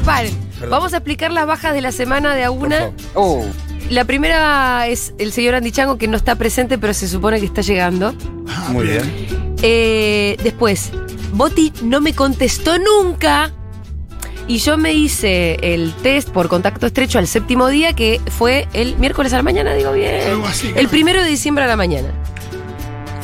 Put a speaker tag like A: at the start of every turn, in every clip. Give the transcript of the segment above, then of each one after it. A: perdón.
B: Vamos a explicar las bajas de la semana de a
A: Por
B: una.
A: favor.
C: Oh,
B: La primera es el señor Andy Chango, que no está presente, pero se supone que está llegando.
A: Muy Ah, bien.
B: Eh, después, Boti no me contestó nunca. Y yo me hice el test por contacto estrecho al séptimo día, que fue el miércoles a la mañana, digo bien.
D: Algo así,
B: el
D: claro.
B: primero de diciembre a la mañana.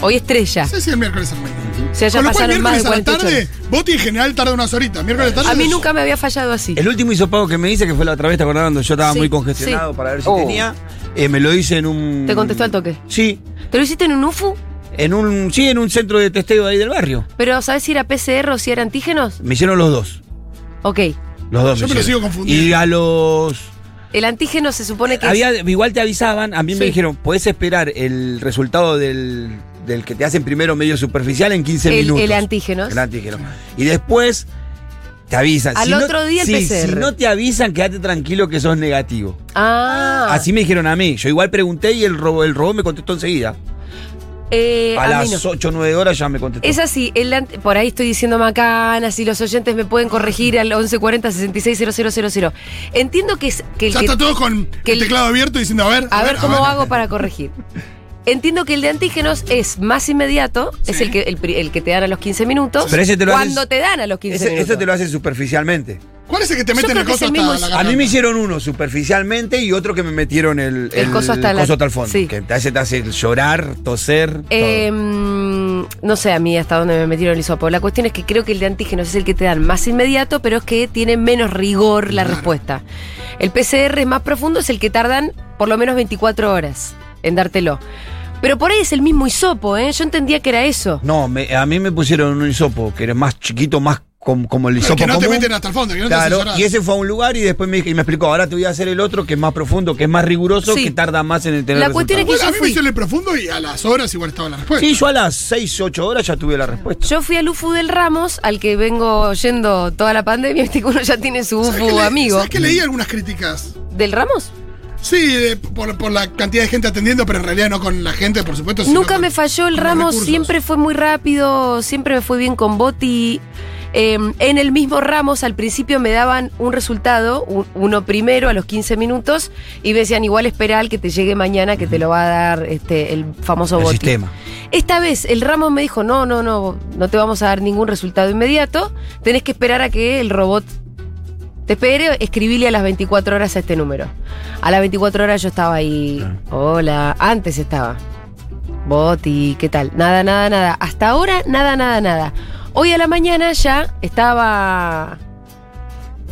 B: Hoy estrella.
D: Sí, sí, el miércoles a la mañana.
B: O sea, ya
D: Con lo cual,
B: pasaron más de
D: miércoles a la
B: 48
D: tarde, Boti en general tarda unas horitas. Miércoles tarde.
B: A mí
D: es-
B: nunca me había fallado así.
A: El último hisopado que me hice, que fue la otra vez, ¿te acordás? Cuando yo estaba
B: Sí,
A: muy congestionado
B: sí.
A: para ver si
C: Oh.
A: tenía. eh, me lo hice en un.
B: Te contestó al toque.
A: Sí.
B: ¿Te lo hiciste en un UFU?
A: En un. Sí, en un centro de testeo ahí del barrio.
B: ¿Pero sabes si era PCR o si era antígenos?
A: Me hicieron los dos.
B: Ok.
A: Los dos
D: Yo
A: me
D: me lo
A: hicieron.
D: sigo confundiendo.
A: Y a los.
B: El antígeno se supone que. es-
A: Había, igual te avisaban, a mí
B: Sí.
A: me dijeron, podés esperar el resultado del, del que te hacen primero medio superficial en 15
B: El-
A: minutos.
B: el antígenos.
A: El antígeno. Y después te avisan.
B: Al otro día el
A: sí,
B: PCR.
A: Si no te avisan, quédate tranquilo que sos negativo.
B: Ah.
A: Así me dijeron a mí. Yo igual pregunté y el robo, el robot me contestó enseguida.
B: Eh,
A: a
B: mí
A: las
B: no.
A: 8 o 9 horas ya me contestó.
B: Es así, el ant- por ahí estoy diciendo macanas y los oyentes me pueden corregir al 1140-660000. Entiendo que es que el
D: Ya
B: que-
D: está todo con
B: que
D: el
B: el-
D: teclado abierto diciendo, a ver.
B: a ver cómo hago para corregir. Entiendo que el de antígenos es más inmediato, es
D: Sí.
B: el que, el, pri- el que te dan a los 15 minutos.
A: Pero ese te lo
B: cuando
A: haces-
B: te dan a los 15
A: Ese-
B: minutos.
A: Eso te lo hacen superficialmente.
D: ¿Cuál es el que te
B: Yo
D: mete en
B: creo
D: el
B: que es
D: coso
B: el
D: hasta
B: mismo
D: la
B: hiso-
D: garganta?
A: A mí me hicieron uno superficialmente y otro que me metieron el,
B: El coso hasta la-
A: al fondo.
B: sí.
A: Que te hace, te hace llorar, toser.
B: Eh, mm, no sé a mí hasta dónde me metieron el hisopo. La cuestión es que creo que el de antígenos es el que te dan más inmediato, pero es que tiene menos rigor la respuesta. El PCR es más profundo, es el que tardan por lo menos 24 horas en dártelo. Pero por ahí es el mismo hisopo, ¿eh? Yo entendía que era eso.
A: todo. No, me- a mí me pusieron un hisopo que era más chiquito, más com- como el hisopo
D: Que no te
A: común.
D: meten hasta el fondo, que no te
A: Claro,
D: asesorás.
A: y ese fue a un lugar y después me, dije- y me explicó, ahora te voy a hacer el otro que es más profundo, que es más riguroso,
B: Sí.
A: que tarda más en el tener
B: La cuestión es yo
A: resultado.
D: Bueno, a mí me
B: fui.
D: hicieron el profundo y a las horas igual estaba la respuesta.
A: Sí, yo a las 6, 8 horas ya tuve la respuesta.
B: Yo fui al UFU del Ramos, al que vengo yendo toda la pandemia, viste que uno ya tiene su
D: ¿Sabés que
B: UFU
D: le-
B: amigo.
D: ¿Sabés que leí algunas críticas?
B: ¿Del Ramos?
D: Sí, de- por, por la cantidad de gente atendiendo, pero en realidad no con la gente, por supuesto. sino
B: Nunca
D: con-
B: me falló el
D: con los
B: ramo,
D: recursos.
B: siempre fue muy rápido, siempre me fue bien con Boti. Eh, en el mismo Ramos al principio me daban un resultado, u- uno primero a los 15 minutos, y me decían igual espera al que te llegue mañana que te lo va a dar este, el famoso
A: El
B: Boti.
A: sistema.
B: Esta vez el Ramos me dijo, no, no, no, no te vamos a dar ningún resultado inmediato, tenés que esperar a que el robot te espere, escribile a las 24 horas a este número. A las 24 horas yo estaba ahí, hola, antes estaba. Boti, ¿qué tal? Nada, nada, nada. Hasta ahora, nada, nada, nada. Hoy a la mañana ya estaba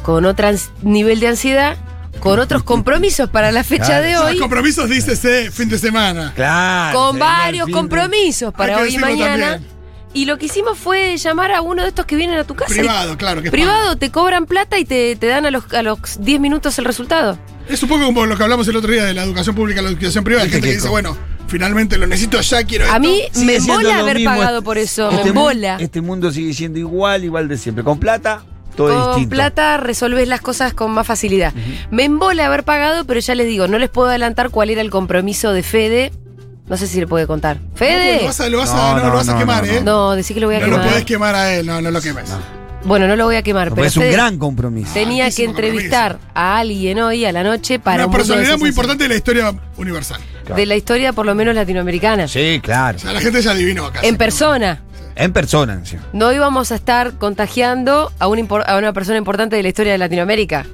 B: con otro ans- nivel de ansiedad, con otros compromisos para la fecha
A: Claro.
B: de
D: Los
B: hoy
D: compromisos dice eh, fin de semana.
A: Claro.
B: con
A: se venía el
B: varios
A: fin de-
B: compromisos para hoy
D: que
B: y
D: decirlo
B: mañana.
D: también.
B: Y lo que hicimos fue llamar a uno de estos que vienen a tu casa.
D: Privado, claro. Que es
B: Privado, te cobran plata y te, te dan a los, a los 10 minutos el resultado.
D: pago. Es un poco como lo que hablamos el otro día de la educación pública y la educación privada. Hay
A: Viste
D: gente que
A: que
D: dice,
A: con-
D: bueno, finalmente lo necesito ya, quiero
B: A
D: esto.
B: mí
A: Sigue
B: me
A: siendo
B: mola
A: lo
B: haber
A: mismo.
B: pagado por eso, me
A: mu-
B: mola.
A: Este mundo sigue siendo igual, igual de siempre. Con plata, todo es
B: con
A: distinto.
B: plata resolves las cosas con más facilidad. Me embola haber pagado, pero ya les digo, no les puedo adelantar cuál era el compromiso de Fede. No sé si le puede contar.
D: Lo
B: ¡Fede!
D: vas a, lo vas a-
A: No,
D: no,
A: no,
D: lo vas a
A: no,
D: quemar,
A: no,
D: ¿eh?
B: No, decí que lo voy a
D: No lo
B: quemar.
D: podés quemar a él, no, no lo quemes.
B: Bueno, no lo voy a quemar, pero
A: es un
B: Fede
A: gran compromiso.
B: tenía que
D: Altísimo
B: entrevistar a alguien hoy a la noche para
D: Una
B: un mundo de
D: personalidad muy
B: sensaciones.
D: importante de la historia universal.
B: de la historia, por lo menos latinoamericana.
A: Sí, claro.
D: O sea, la gente ya adivinó acá.
B: En persona.
A: En persona, encima.
B: No íbamos a estar contagiando a, un impor- a una persona importante de la historia de Latinoamérica.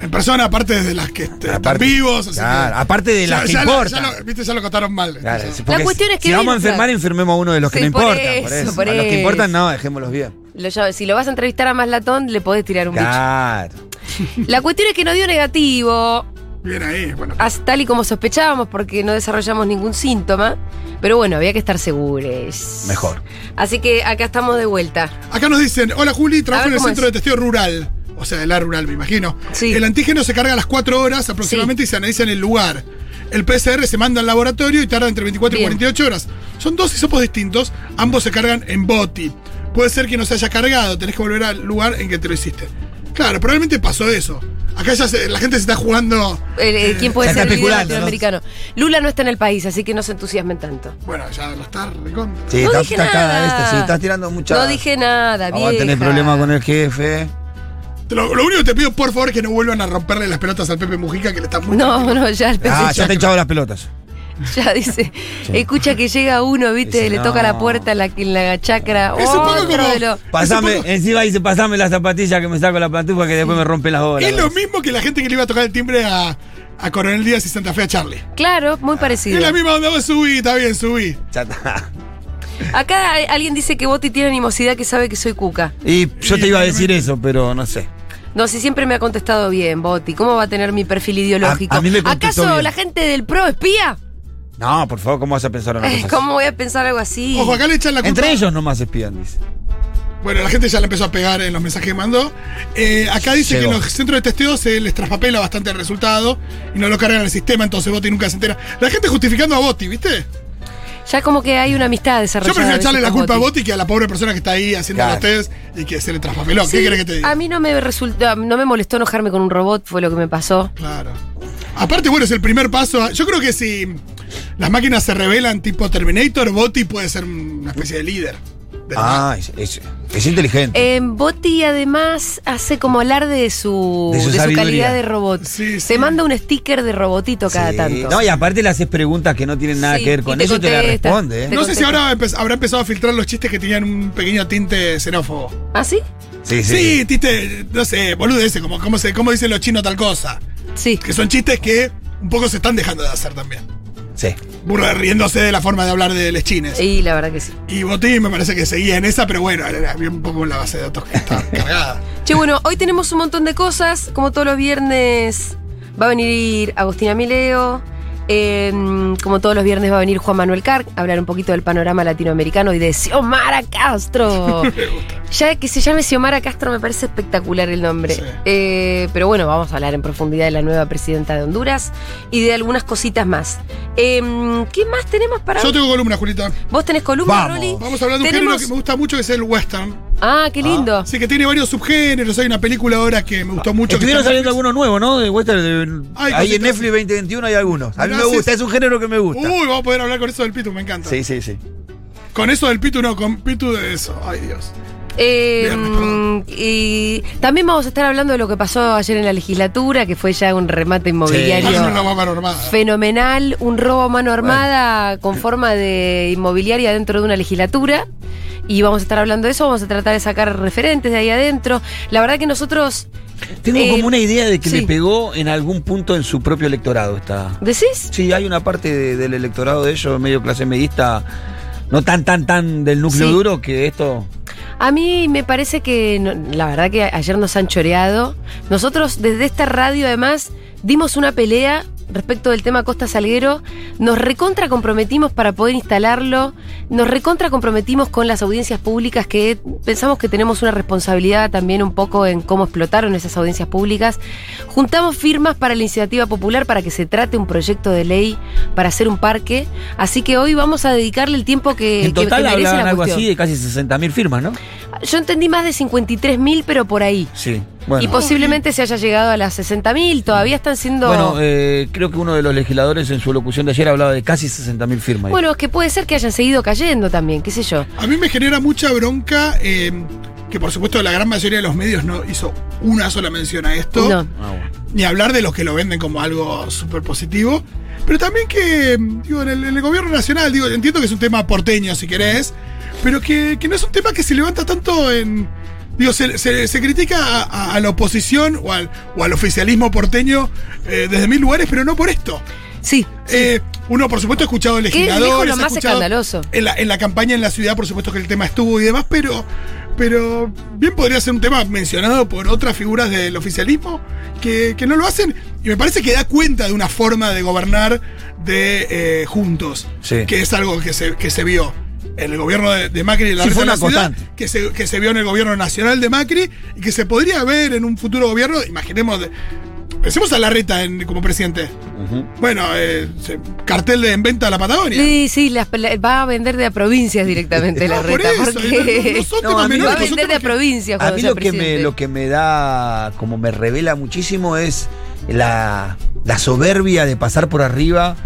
D: En persona, aparte de las que est- están
A: Aparte-
D: vivos. así
A: claro,
D: que-
A: aparte de las que
D: lo-
A: importan.
D: ya lo- viste, ya lo contaron mal.
A: Claro,
D: Entonces,
A: porque
B: cuestión es que
A: si vamos a
B: vengan.
A: enfermar, enfermemos a uno de los que
B: Sí,
A: no
B: por
A: importan.
B: eso,
A: por eso.
B: por
A: a los
B: eso.
A: que importan, no, dejémoslos bien.
B: Lo llamo- si lo vas a entrevistar a Maslatón, le podés tirar un
A: Claro.
B: bicho. La cuestión es que no dio negativo,
D: Bien ahí, bueno.
B: as- tal y como sospechábamos, porque no desarrollamos ningún síntoma. Pero bueno, había que estar seguros.
A: Mejor.
B: Así que acá estamos de vuelta.
D: Acá nos dicen, hola Juli, trabajo
B: A ver,
D: en el
B: ¿cómo
D: centro
B: es?
D: de testeo rural. O sea, de la rural, me imagino.
B: Sí.
D: El antígeno se carga a las 4 horas aproximadamente y se analiza en el lugar. El PCR se manda al laboratorio y tarda entre 24
B: Bien.
D: y 48 horas. Son dos hisopos distintos, ambos se cargan en boti. Puede ser que no se haya cargado, tenés que volver al lugar en que te lo hiciste. Claro, probablemente pasó eso. Acá ya se- la gente se está jugando.
B: El- el- ¿Quién puede
A: Ya está
B: ser el líder
A: especulando,
B: latinoamericano? Lula no está en el país, así que no se entusiasmen tanto.
D: Bueno, ya lo está recontra.
A: Sí, este,
B: No
A: está,
B: dije
A: está
B: nada.
A: cada vez, sí, estás tirando mucha.
B: No dije nada,
A: Vamos a tener
B: vieja.
A: problemas con el jefe.
D: Te Lo, lo único que te pido, por favor, es que no vuelvan a romperle las pelotas al Pepe Mujica, que le está muy.
B: No, no, ya el Pepe
A: Ah, ya
B: ya,
A: te he echado las pelotas.
B: dice. Escucha que llega uno, viste,
A: Dice,
B: le toca la
A: no.
B: puerta en la, en la chacra.
D: Es un poco
B: Otro
D: como-
B: de los-
D: Es
A: Pasame,
D: un poco-
A: encima dice, pasame las zapatillas que me saco la pantufa que después me rompen las bolas.
D: Es lo mismo que la gente que le iba a tocar el timbre a, a Coronel Díaz y Santa Fe a Charlie.
B: Claro, muy
D: Es
B: parecido.
D: la misma onda, vos subí, está bien, subí.
A: Ya está.
B: Acá hay- alguien dice que Boti tiene animosidad que sabe que soy cuca.
A: Y yo te iba a decir eso, pero no sé.
B: No, si siempre me ha contestado bien, Boti. ¿Cómo va a tener mi perfil ideológico?
A: A- a mí me contestó
B: ¿Acaso
A: bien.
B: la gente del PRO espía?
A: No, por favor, ¿cómo vas a pensar en una
B: Eh,
A: cosa
B: ¿Cómo voy a pensar algo así?
D: Ojo, acá le echan la
A: así?
D: culpa.
A: Entre ellos nomás espían, dice.
D: Bueno, la gente ya la empezó a pegar en los mensajes que mandó. Eh, acá dice
A: Llegó.
D: que en los centros de testeo se les traspapela bastante el resultado y no lo cargan al sistema, entonces Boti nunca se entera. La gente justificando a Boti, ¿viste?
B: Ya como que hay una amistad desarrollada.
D: Yo prefiero echarle
B: veces
D: la
B: con
D: culpa a Boti que a la pobre persona que está ahí haciendo
A: Claro.
D: los test y que se le traspapeló.
B: Sí,
D: ¿Qué crees que te
B: A
D: diga?
B: mí no me resultó, no me molestó enojarme con un robot, fue lo que me pasó.
D: Claro. Aparte, bueno, es el primer paso. a- Yo creo que si las máquinas se revelan tipo Terminator, Boti puede ser una especie de líder. de la-
A: Ah, es, es- es inteligente.
B: Eh, Boti además hace como alarde de su,
A: De su sabiduría.
B: calidad de robot.
D: Sí,
B: Se
D: sí.
B: manda un sticker de robotito cada
A: Sí.
B: tanto.
A: No, y aparte le haces preguntas que no tienen nada
B: Sí,
A: que ver
B: y
A: con
B: te
A: eso, te la
B: contesta.
A: responde, ¿eh?
B: Te
D: No sé si
B: contesta.
D: ahora empe- habrá empezado a filtrar los chistes que tenían un pequeño tinte xenófobo.
B: ¿Ah, sí?
A: Sí,
D: Sí, tiste, no sé, boludo ese, como cómo se, cómo dicen los chinos tal cosa.
B: Sí.
D: Que son chistes que un poco se están dejando de hacer también.
A: Sí.
D: Burro riéndose de la forma de hablar de los chines.
B: Y la verdad que sí.
D: Y Botín me parece que seguía en esa, pero bueno, había un poco la base de datos que estaba cargada.
B: Che, bueno, hoy tenemos un montón de cosas. Como todos los viernes va a venir Agustina Mileo. eh, como todos los viernes va a venir Juan Manuel Carr a hablar un poquito del panorama latinoamericano y de Xiomara Castro. ya que se llame Xiomara Castro me parece espectacular el nombre.
D: Sí.
B: Eh, pero bueno, vamos a hablar en profundidad de la nueva presidenta de Honduras y de algunas cositas más. Eh, ¿Qué más tenemos para
D: Yo
B: hoy?
D: tengo columna, Julita.
B: ¿Vos tenés columna,
A: Vamos.
B: Rolly?
D: Vamos a hablar de un
B: Tenemos-
D: género que me gusta mucho, que es el western.
B: Ah, qué lindo.
D: Así que tiene varios subgéneros. Hay una película ahora que me gustó mucho. que
A: Estuvieron
D: está-
A: saliendo algunos nuevos, ¿no? De Western, de-
D: Ay,
A: ahí en
D: cositas.
A: Netflix 2021 hay algunos. A mí me
D: Gracias.
A: gusta, es un género que me gusta.
D: Uy, vamos a poder hablar con eso del Pitu, me encanta.
A: Sí, sí, sí.
D: Con eso del Pitu, no, con Pitu de eso. Ay, Dios.
B: Eh,
D: Viernes, perdón.
B: y también vamos a estar hablando de lo que pasó ayer en la legislatura, que fue ya un remate
A: Ay,
D: Algo
B: inmobiliario
A: Sí.
D: no es la guapa normada.
B: fenomenal, un robo a mano armada con forma de inmobiliaria dentro de una legislatura. Y vamos a estar hablando de eso, vamos a tratar de sacar referentes de ahí adentro. La verdad que nosotros,
A: Tengo
B: Eh,
A: como una idea de que
B: sí.
A: le pegó en algún punto en su propio electorado esta.
B: ¿decís?
A: Sí, hay una parte de- del electorado de ellos, medio clase medista, no tan, tan, tan del núcleo
B: Sí.
A: duro, que esto.
B: A mí me parece que, no- la verdad que ayer nos han choreado. Nosotros desde esta radio además dimos una pelea respecto del tema Costa Salguero, nos recontra comprometimos para poder instalarlo, nos recontra comprometimos con las audiencias públicas que pensamos que tenemos una responsabilidad también un poco en cómo explotaron esas audiencias públicas. Juntamos firmas para la iniciativa popular para que se trate un proyecto de ley para hacer un parque, así que hoy vamos a dedicarle el tiempo que,
A: en
B: Eh, que- que
A: total
B: merece
A: hablaban
B: la
A: algo
B: cuestión.
A: así de casi 60.000 firmas, ¿no?
B: Yo entendí más de 53.000, pero por ahí.
A: Sí.
B: y
A: Bueno,
B: posiblemente se haya llegado a las 60.000, todavía están siendo...
A: bueno
B: Bueno,
A: eh, creo que uno de los legisladores en su locución de ayer hablaba de casi 60.000 firmas.
B: es que puede ser que hayan seguido cayendo también, qué sé yo.
D: A mí me genera mucha bronca eh, que, por supuesto, la gran mayoría de los medios no hizo una sola mención a esto.
B: No.
A: Ah, bueno.
D: Ni hablar de los que lo venden como algo súper positivo. Pero también que, digo, en el, en el gobierno nacional, digo, entiendo que es un tema porteño, si querés, pero que, que no es un tema que se levanta tanto en. Digo, se, se- se critica a, a- a la oposición o al, o al oficialismo porteño eh, desde mil lugares, pero no por esto.
B: Sí.
D: Eh, uno, por supuesto, ha escuchado legisladores.
B: dijo lo
D: ha
B: más
D: escuchado-
B: escandaloso?
D: En la, en la campaña en la ciudad, por supuesto que el tema estuvo y demás, pero, pero bien podría ser un tema mencionado por otras figuras del oficialismo que, que no lo hacen. Y me parece que da cuenta de una forma de gobernar de eh, juntos,
A: Sí.
D: que es algo que se, que se vio. En el gobierno de, de Macri y la
A: Sí,
D: reta
A: fue
D: de la
A: una
D: ciudad,
A: constante.
D: que se, que se vio en el gobierno nacional de Macri y que se podría ver en un futuro gobierno, imaginemos, de- pensemos a la reta como presidente.
A: Ujú.
D: Bueno, eh, se- cartel de en venta a la Patagonia.
B: Sí, sí, las pla- va a vender de a provincias directamente la
D: No, por
B: reta,
D: eso, y no-
B: porque
D: no son
A: No,
D: temas
A: a mí-
D: menores,
B: va a
D: son
B: vender de
D: temas
B: a
D: que-
B: provincias
A: A
B: cuando
A: mí
B: este sea
A: lo que, me,
B: presidente.
A: lo que me da, como me revela muchísimo es la, la soberbia de pasar por arriba,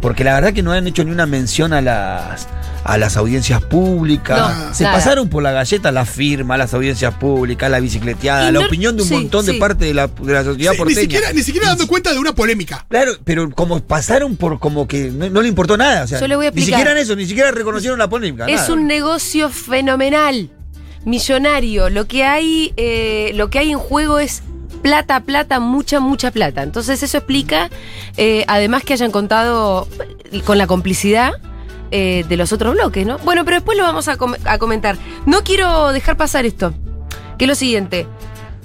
A: porque la verdad que no han hecho ni una mención a las, a las audiencias públicas.
B: No,
A: se
B: nada.
A: pasaron por la galleta la firma, las audiencias públicas, la bicicleteada,
B: Y
A: la
B: no-
A: opinión de un
B: sí,
A: montón de
B: sí.
A: parte de la, de la sociedad
D: Sí, ni
A: porteña.
D: siquiera, ni siquiera dando cuenta de una polémica.
A: Claro, pero como pasaron por como que no, no le importó nada. O sea,
B: Yo le voy a
A: ni
B: explicar.
A: siquiera en eso, ni siquiera reconocieron la polémica.
B: Es
A: nada.
B: un negocio fenomenal, millonario. Lo que hay, eh, lo que hay en juego es plata, plata, mucha, mucha plata. Entonces eso explica, eh, además que hayan contado eh, con la complicidad. eh, de los otros bloques, ¿no? Bueno, pero después lo vamos a, com- a comentar. No quiero dejar pasar esto, que es lo siguiente.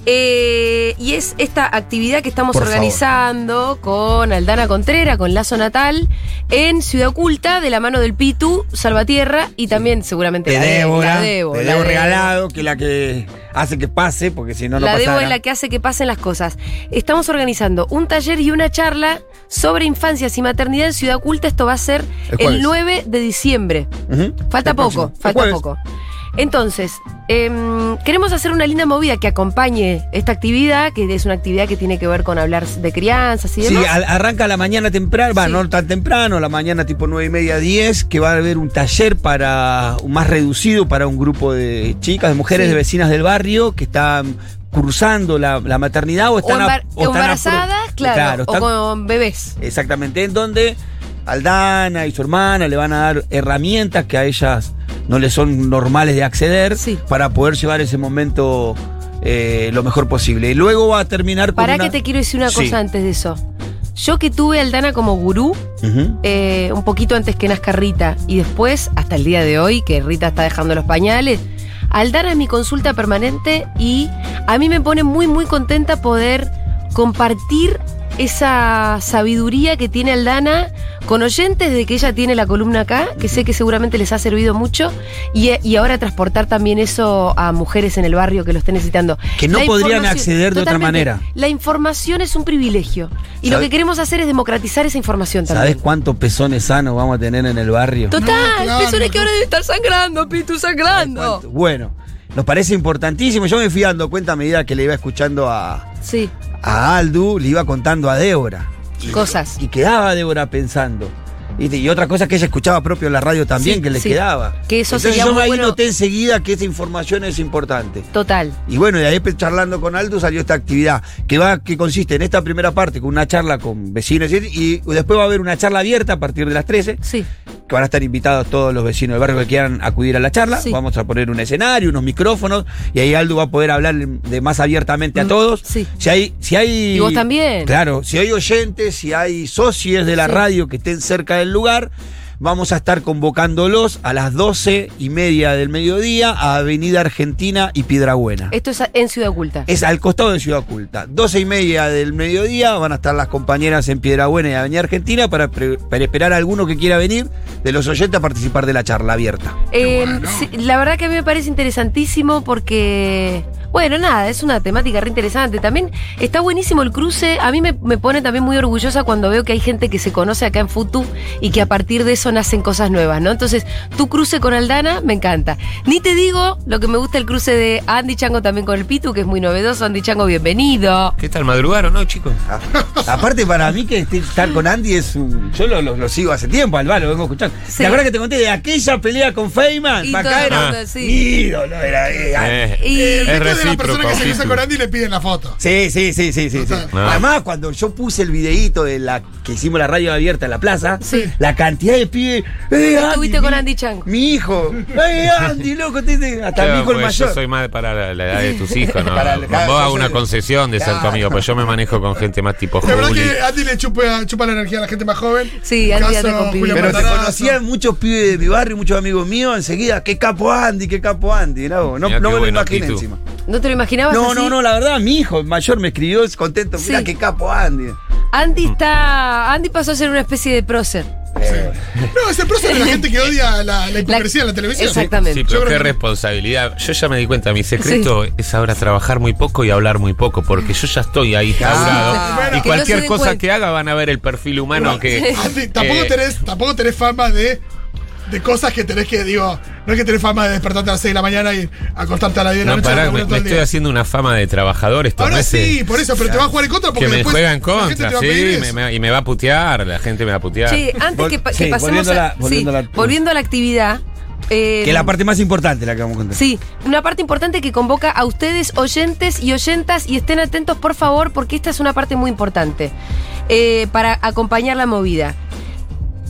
B: Eh, y es esta actividad que estamos
A: Por favor.
B: organizando con Aldana Contrera, con Lazo Natal, en Ciudad Oculta, de la mano del Pitu, Salvatierra y también seguramente
A: Te
B: la de-
A: Débora,
B: la Debo,
A: te
B: la
A: Debo
B: Debo.
A: regalado, que es la que hace que pase, porque si no, no
B: la
A: pasara.
B: Debo es la que hace que pasen las cosas. Estamos organizando un taller y una charla sobre infancias y maternidad en Ciudad Oculta. Esto va a ser
A: El
B: el,
A: jueves.
B: 9 de diciembre.
A: Ujú.
B: Falta
A: El próximo.
B: poco,
A: El
B: falta
A: jueves.
B: poco. Entonces, em, queremos hacer una linda movida que acompañe esta actividad, que es una actividad que tiene que ver con hablar de crianzas y
A: Sí, ah,
B: demás.
A: al- arranca a la mañana temprano, va,
B: Sí.
A: no tan temprano, a la mañana tipo 9 y media, 10, que va a haber un taller para más reducido para un grupo de chicas, de mujeres,
B: Sí.
A: de vecinas del barrio que están cursando la, la maternidad o
B: o,
A: están, a-
B: embar-
A: o
B: o
A: están a-
B: embarazadas, claro, o
A: están-
B: con bebés.
A: Exactamente, en donde Aldana y su hermana le van a dar herramientas que a ellas no les son normales de acceder
B: Sí.
A: para poder llevar ese momento eh, lo mejor posible. Y luego va a terminar con
B: Para
A: una-
B: que te quiero decir una
A: Sí.
B: cosa antes de eso. Yo que tuve a Aldana como gurú,
A: Ujú.
B: eh, un poquito antes que nazca Rita y después, hasta el día de hoy, que Rita está dejando los pañales. Aldana es mi consulta permanente y a mí me pone muy, muy contenta poder compartir esa sabiduría que tiene Aldana con oyentes de que ella tiene la columna acá, que sé que seguramente les ha servido mucho, y, y ahora transportar también eso a mujeres en el barrio que lo estén necesitando.
A: Que no podrían
B: información-
A: acceder de otra
B: Totalmente.
A: manera.
B: La información es un privilegio y lo
A: ¿Sabe-
B: que queremos hacer es democratizar esa información también.
A: ¿Sabés cuántos pezones sanos vamos a tener en el barrio?
B: Total,
D: No, claro,
B: personas
D: no.
B: que ahora debe estar sangrando, Pitu,
A: ¿Cuánto?
B: sangrando.
A: Bueno, nos parece importantísimo. Yo me fui dando cuenta a medida que le iba escuchando a,
B: Sí,
A: a Aldu, le iba contando a Débora.
B: cosas.
A: Y quedaba Débora pensando. Y, y otra cosa que ella escuchaba propio en la radio también,
B: Sí,
A: que le
B: sí.
A: quedaba.
B: Que eso
A: Entonces
B: sería
A: yo
B: muy
A: ahí
B: bueno.
A: noté enseguida que esa información es importante.
B: Total.
A: Y bueno, y ahí charlando con Aldo salió esta actividad, que va, que consiste en esta primera parte, con una charla con vecinos, y y después va a haber una charla abierta a partir de las 13,
B: Sí,
A: que van a estar invitados todos los vecinos del barrio que quieran acudir a la charla.
B: Sí.
A: Vamos a poner un escenario, unos micrófonos, y ahí Aldo va a poder hablar de más abiertamente a
B: Mm,
A: todos.
B: sí.
A: Si hay, si hay.
B: Y vos también.
A: Claro, si hay oyentes, si hay socios de la
B: Sí.
A: radio que estén cerca del lugar. Vamos a estar convocándolos a las doce y media del mediodía a Avenida Argentina y Piedrabuena.
B: esto es en Ciudad Oculta.
A: Es al costado de Ciudad Oculta. 12 y media del mediodía van a estar las compañeras en Piedra Buena y Avenida Argentina para, pre- para esperar a alguno que quiera venir de los oyentes a participar de la charla abierta.
B: Eh,
D: bueno.
B: sí, la verdad que a mí me parece interesantísimo porque, bueno, nada, es una temática re interesante. También está buenísimo el cruce. A mí me, me pone también muy orgullosa cuando veo que hay gente que se conoce acá en Futu y que a partir de eso nacen cosas nuevas, ¿no? Entonces, tu cruce con Aldana me encanta. Ni te digo lo que me gusta el cruce de Andy Chango también con el Pitu, que es muy novedoso. Andy Chango, bienvenido.
C: ¿Qué tal? ¿Madrugaron, no, chicos?
A: A- Ah, Aparte, para mí que este- estar con Andy es un. Yo lo, lo- lo sigo hace tiempo, Alba, lo vengo escuchando.
B: Sí.
A: ¿Te acuerdas que te conté de aquella pelea con Feynman?
B: Y
A: Pa'
B: todo
A: acá
B: el
A: era
B: mundo,
A: mi
B: sí.
A: ídolo, era. eh, Andy.
C: Eh,
B: Y-
D: El
C: Es
D: resto Ah, de la persona
C: recíproco,
D: que se cruza
C: Pitu.
D: con Andy le piden la foto.
A: Sí, sí, sí, sí, sí. sí.
D: Total.
C: No.
A: Además, cuando yo puse el videíto de la que hicimos la radio abierta en la plaza,
B: Sí.
A: la cantidad de pibes. "Eh,
B: Estuviste
A: Andy,
B: con
A: mi-
B: Andy Chango.
A: Mi hijo. ¡Ay, Andy, loco! te- te- Hasta mi
C: Claro,
A: hijo el
C: pues Yo
A: mayor.
C: soy más para la, la edad de tus hijos, ¿no?
A: Para el-
C: Vos
A: claro,
C: hago
A: yo
C: una
A: soy-
C: concesión de ser tu
A: Claro.
C: amigo, pues yo me manejo con gente más tipo
D: La verdad
C: Juli.
D: que Andy le chupa, chupa la energía a la gente más joven.
B: Sí, Andy anda con pibes.
D: Julia
A: Pero te
D: Matarazzo.
A: conocían muchos pibes de mi barrio, muchos amigos míos, enseguida, qué capo Andy, qué capo Andy, mirá vos, no,
C: Mirá
A: no
C: qué
A: me lo
C: buena
A: imaginé
C: actitud.
A: encima.
B: ¿No te lo imaginabas?
A: No,
B: así?
A: no, no, la verdad, mi hijo mayor me escribió es contento, mirá
B: Sí.
A: qué capo Andy.
B: Andy está. Andy pasó a ser una especie de prócer.
D: No, ese prócer es la gente que odia la, la hipocresía de la televisión.
B: Exactamente.
C: Sí,
D: Yo
C: pero
D: creo
C: qué
D: que-
C: responsabilidad. Yo ya me di cuenta, mi secreto es ahora trabajar muy poco y hablar muy poco, porque yo ya estoy ahí instaurado.
A: Ah,
D: bueno.
C: y
D: Que no
C: cualquier
B: se den
C: cosa
B: cuenta.
C: que haga van a ver el perfil humano que.
D: Andy, tampoco,
C: eh,
D: tenés, tampoco tenés fama de, de cosas que tenés que, digo, No es que tenés fama de despertarte a las 6 de la mañana y acostarte a las 10 de la
C: No,
D: noche.
C: pará,
D: laburar
C: me,
D: todo
C: me
D: el
C: estoy
D: día.
C: haciendo una fama de trabajador estos
D: Ahora
C: meses.
D: sí, por eso, pero te va a jugar en contra porque
C: Que me
D: después
C: juega en
D: la gente
C: contra,
D: te va a
C: sí,
D: pedir
C: me-
D: eso.
C: me- y me va a putear, la gente me va a putear.
B: Che, antes
A: Vol-
B: que, pa-
A: sí,
B: que pasemos
A: volviendo a la-
B: a, sí,
A: volviendo a la-
B: volviendo a la actividad. eh,
A: Que es la parte más importante la que vamos a contar.
B: Sí, una parte importante que convoca a ustedes, oyentes y oyentas, y estén atentos, por favor, porque esta es una parte muy importante eh, para acompañar la movida.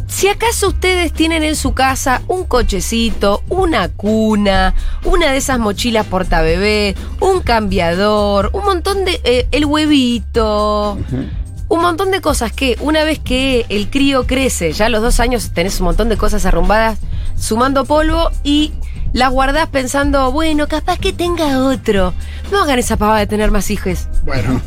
B: Si acaso ustedes tienen en su casa un cochecito, una cuna, una de esas mochilas portabebé, un cambiador, un montón de. eh, el huevito. Un montón de cosas que una vez que el crío crece, ya a los dos años tenés un montón de cosas arrumbadas sumando polvo y las guardás pensando, bueno, capaz que tenga otro. No hagan esa pavada de tener más hijos.
D: Bueno,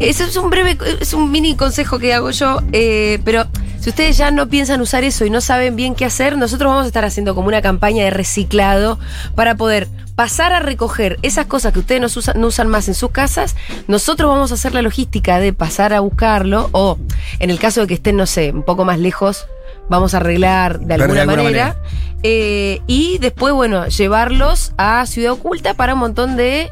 B: Eso es un breve, es un mini consejo que hago yo, eh, pero si ustedes ya no piensan usar eso y no saben bien qué hacer, nosotros vamos a estar haciendo como una campaña de reciclado para poder pasar a recoger esas cosas que ustedes no usan, no usan más en sus casas. Nosotros vamos a hacer la logística de pasar a buscarlo o, en el caso de que estén, no sé, un poco más lejos, vamos a arreglar de
A: Pero
B: alguna,
A: de alguna
B: manera.
A: manera.
B: Eh, y después, bueno, llevarlos a Ciudad Oculta para un montón de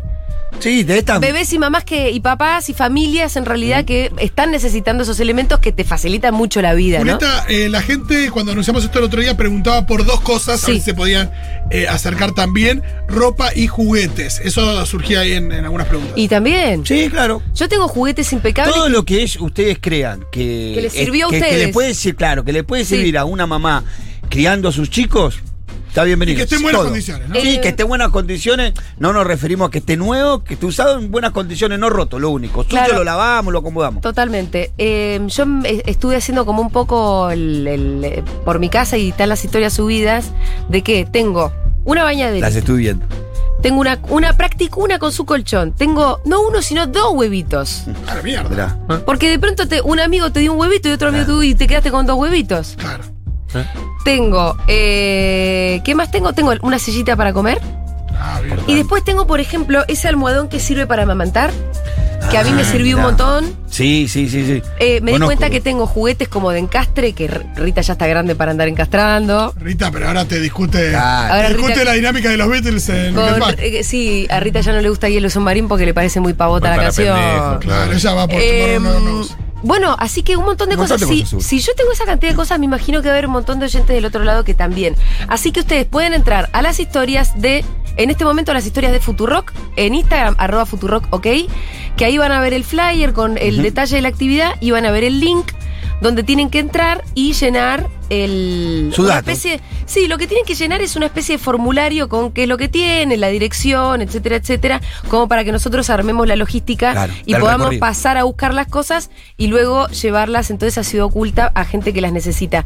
A: Sí, de esta.
B: Bebés y mamás que, y papás y familias en
A: Mm.
B: realidad que están necesitando esos elementos que te facilitan mucho la vida, ¿no?
D: Julieta, eh, la gente cuando anunciamos esto el otro día preguntaba por dos cosas,
B: Sí.
D: a ver si se podían eh, acercar también, ropa y juguetes. Eso surgía ahí en, en algunas preguntas.
B: Y también,
A: Sí, claro.
B: yo tengo juguetes impecables.
A: Todo lo que es, ustedes crean que,
B: Que les
A: es-
B: sirvió a
A: que- que
B: ustedes.
A: le puede ser, claro, que le puede
B: Sí.
A: servir a una mamá criando a sus chicos, está bienvenido.
D: Y que esté en buenas
A: Todo.
D: condiciones, ¿no?
A: Sí,
B: Eh,
A: que esté en buenas condiciones. No nos referimos a que esté nuevo, que esté usado en buenas condiciones, no roto, lo único. Suyo
B: Claro.
A: lo lavamos, lo acomodamos.
B: Totalmente. Eh, yo m- estuve haciendo como un poco el- el- eh, por mi casa y están las historias subidas de que tengo una bañadera,
A: Las estoy viendo.
B: tengo una, una practicuna con su colchón, tengo no uno sino dos huevitos.
A: Mm.
D: A la mierda.
A: Mirá.
B: Porque de pronto te- un amigo te dio un huevito y otro amigo te dio y te quedaste con dos huevitos.
D: Claro.
B: Tengo, eh, ¿qué más tengo? Tengo una sillita para comer.
D: Ah, bien.
B: Y después tengo, por ejemplo, ese almohadón que sirve para amamantar, que a mí me
A: Ah,
B: sirvió un
A: mirá.
B: montón.
A: Sí, sí, sí, sí.
B: Eh, me di
A: Conozco.
B: cuenta que tengo juguetes como de encastre, que R- Rita ya está grande para andar encastrando.
D: Rita, pero ahora te discute.
A: Claro.
B: Ahora
D: te Ah, discute
B: Rita-
D: la dinámica de los Beatles
B: Con-
D: en Get Back.
B: eh, sí, a Rita ya no le gusta Hielo Submarino porque le parece muy pavota la
C: Muy para
B: canción.
C: pendejos, claro.
D: Claro, ella va por
B: Eh,
D: Tomorrow Never Knows.
B: bueno, así que un montón de
A: Un montón
B: cosas.
A: de
B: Si,
A: cosas, seguro.
B: si yo tengo esa cantidad de cosas, me imagino que va a haber un montón de oyentes del otro lado que también. Así que ustedes pueden entrar a las historias de, en este momento, las historias de Futurock, en Instagram, arroba Futurock, ok, que ahí van a ver el flyer con el detalle de la actividad y van a ver el link donde tienen que entrar y llenar el...
A: Su
B: una
A: dato.
B: especie- sí, lo que tienen que llenar es una especie de formulario con qué es lo que tienen, la dirección, etcétera, etcétera, como para que nosotros armemos la logística
A: Claro,
B: y
A: dar el
B: podamos
A: recorrido.
B: pasar pasar a buscar las cosas y luego llevarlas entonces a Ciudad Oculta a gente que las necesita.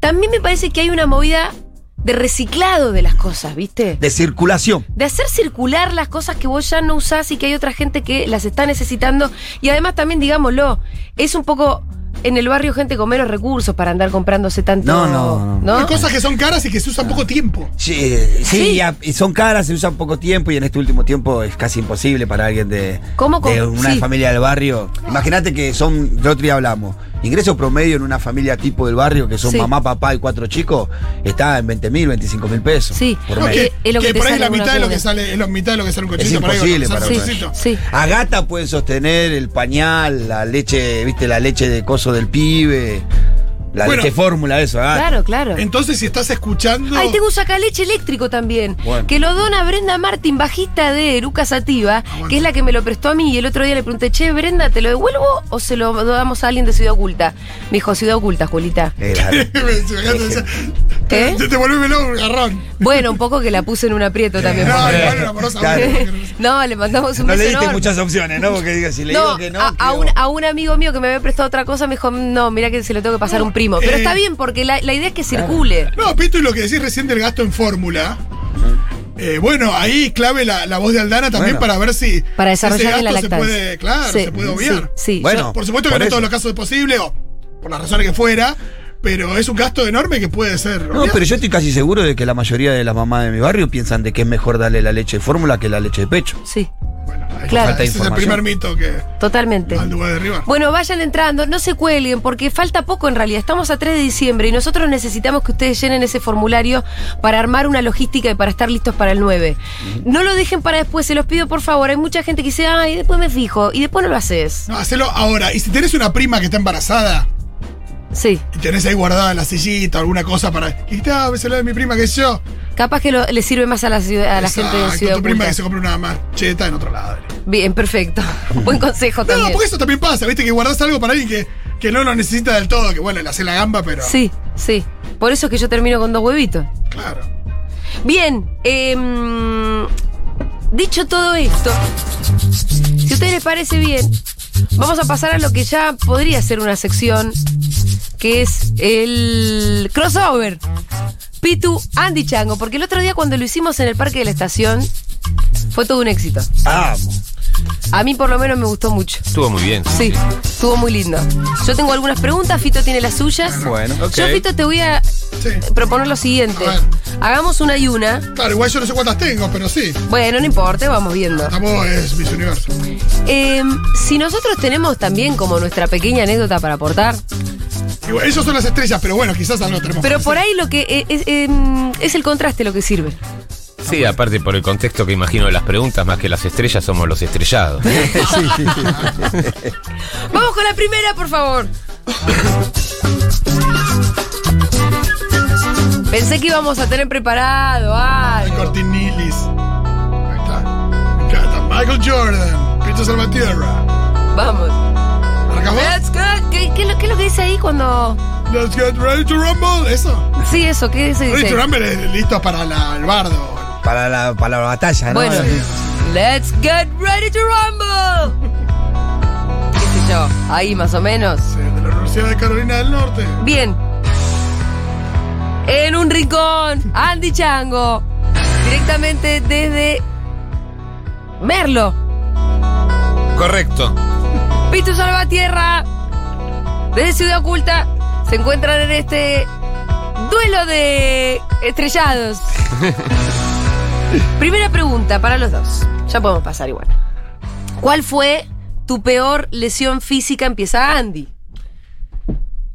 B: También me parece que hay una movida de reciclado de las cosas, ¿viste?
A: De circulación.
B: De hacer circular las cosas que vos ya no usás y que hay otra gente que las está necesitando. Y además también, digámoslo, es un poco en el barrio gente con menos recursos para andar comprándose tanto.
A: No, no, no.
D: Hay cosas que son caras y que se usan poco tiempo.
A: Sí, eh, sí,
B: Sí.
A: y a- y son caras, se usan poco tiempo y en este último tiempo es casi imposible para alguien de,
B: ¿Cómo con-
A: de una
B: sí.
A: familia del barrio. Imagínate que son, de otro día hablamos, ingreso promedio en una familia tipo del barrio, que son
B: Sí.
A: mamá, papá y cuatro chicos, está en 20 mil, 25 mil pesos.
B: Sí.
A: por
B: No,
A: mes.
B: que- es lo
D: que
B: te
D: por ahí
B: sale
D: la
B: una
D: mitad de lo
B: cuna.
D: que sale, es la mitad de lo que sale un
A: Es
D: cochecito. por ahí,
A: imposible
D: o sea,
A: para
D: un
B: Sí,
A: nosotros.
D: cochecito.
B: sí.
A: A gata pueden sostener el pañal, la leche, viste, la leche de coso del pibe, la
D: Bueno.
A: leche fórmula, eso, ah. a Gata.
B: Claro, claro.
D: Entonces, si estás escuchando.
B: Ay, tengo un sacaleche eléctrico también.
A: Bueno.
B: Que lo dona Brenda Martín, bajista de Eruca Sativa,
D: bueno.
B: que es la que me lo prestó a mí. Y el otro día le pregunté, che, Brenda, ¿te lo devuelvo o se lo damos a alguien de Ciudad Oculta? Me dijo, Ciudad Oculta, Julita.
A: Era-
B: ¿Eh?
D: Te, te volvés melón, garrón.
B: Bueno, un poco que la puse en un aprieto también.
D: No,
B: porque-
D: igual una amorosa.
A: Claro.
B: no, le mandamos un
A: no
B: beso
A: le diste
B: enorme.
A: muchas opciones, ¿no? Porque digo, si le digo
B: No,
A: que no.
B: a, a
A: creo-
B: un, a un amigo mío que me había prestado otra cosa me dijo, no, mira que se lo tengo que pasar a un primo. Pero
D: Eh.
B: está bien, porque la, la idea es que circule.
D: No, Pito, y lo que decís recién del gasto en fórmula. eh, bueno, ahí clave la, la voz de Aldana también
A: Bueno.
D: para ver si
B: Para
D: ese
B: desarrollar la
D: gasto se
B: lactancia.
D: puede, claro,
B: Sí,
D: se puede obviar.
B: Sí, sí,
A: Bueno,
B: yo-
D: Por supuesto que
A: Por
D: no en
A: eso.
D: todos los casos es posible, o por las razones que fuera, pero es un gasto enorme que puede ser.
A: No,
D: obviado.
A: pero yo estoy casi seguro de que la mayoría de las mamás de mi barrio piensan de que es mejor darle la leche de fórmula que la leche de pecho.
B: sí.
D: Bueno,
B: Claro.
C: Falta de
D: Ese es el
C: información.
D: primer mito que
B: Totalmente.
D: al lugar de derribar.
B: Bueno, vayan entrando, no se cuelguen, porque falta poco en realidad. Estamos a 3 de diciembre y nosotros necesitamos que ustedes llenen ese formulario para armar una logística y para estar listos para el 9. No lo dejen para después, se los pido por favor. Hay mucha gente que dice, ay, después me fijo, y después no lo haces.
D: No, hacelo ahora. Y si tenés una prima que está embarazada
B: Sí,
D: y tenés ahí guardada en la sillita alguna cosa para. Y está, se lo de mi prima que yo.
B: capaz que lo- le sirve más a la, ciudad- a la gente de
D: Exacto,
B: Ciudad
D: tu prima
B: Oculta.
D: que se compre una macheta en otro lado. No,
B: Bien, perfecto. Buen consejo también.
D: porque eso también pasa, viste, que guardás algo para alguien que, que no lo necesita del todo, que bueno, le hace la gamba, pero.
B: Sí, sí. Por eso es que yo termino con dos huevitos.
D: Claro.
B: Bien, em, dicho todo esto, si a ustedes les parece bien, vamos a pasar a lo que ya podría ser una sección, que es el crossover. Pitu, Andy Chango, porque el otro día cuando lo hicimos en el Parque de la Estación, fue todo un éxito.
A: Vamos.
B: A mí por lo menos me gustó mucho.
C: Estuvo muy bien.
B: Sí, estuvo muy lindo. Yo tengo algunas preguntas, Fito tiene las suyas.
A: Bueno.
B: Yo, Fito, te voy a
D: Sí.
B: proponer lo siguiente.
D: A ver.
B: Hagamos una y una.
D: Claro, igual yo no sé cuántas tengo, pero sí.
B: Bueno, no importa, vamos viendo.
D: Tampoco es Miss Universo.
B: Eh, si nosotros tenemos también como nuestra pequeña anécdota para aportar,
D: Igual, ellos son las estrellas, pero bueno, quizás algo tenemos.
B: pero
D: que
B: por
D: hacer.
B: ahí lo que eh, es, eh, es el contraste lo que sirve.
C: Sí, aparte por el contexto que imagino de las preguntas, más que las estrellas somos los estrellados.
B: Vamos con la primera, por favor. Pensé que íbamos a tener preparado
D: Ay,
B: algo.
D: Cortinilis. Ahí está. Me encanta. Michael Jordan, Pito Salvatierra.
B: Vamos.
D: ¿Arrancamos?
B: Let's go. ¿Qué, qué es lo- qué es lo que dice ahí cuando.?
D: Let's get ready to rumble. Eso.
B: Sí, eso, ¿qué se
D: Ready
B: dice?
D: to rumble es listo para la- el bardo.
A: Para la, para la batalla, Ah, ¿no?
B: Bueno, let's get ready to rumble. ¿Qué sé yo? Ahí más o menos.
D: Sí, de la Universidad de Carolina del Norte.
B: Bien. En un rincón, Andy Chango. Directamente desde Merlo.
C: Correcto.
B: Pitu Salvatierra. Desde Ciudad Oculta. Se encuentran en este duelo de estrellados. Primera pregunta para los dos. Ya podemos pasar igual. ¿Cuál fue tu peor lesión física? Empieza Andy.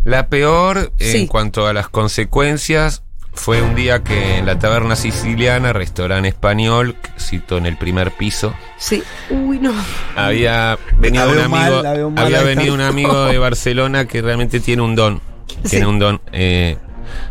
C: La peor
B: Sí.
C: en cuanto a las consecuencias fue un día que en la taberna siciliana, restaurante español, que cito en el primer piso,
B: Sí. Uy, no.
C: había venido
A: veo
C: un
A: mal,
C: amigo,
A: la veo mal
C: había
A: a esta.
C: venido un amigo de Barcelona que realmente tiene un don, tiene un don, eh,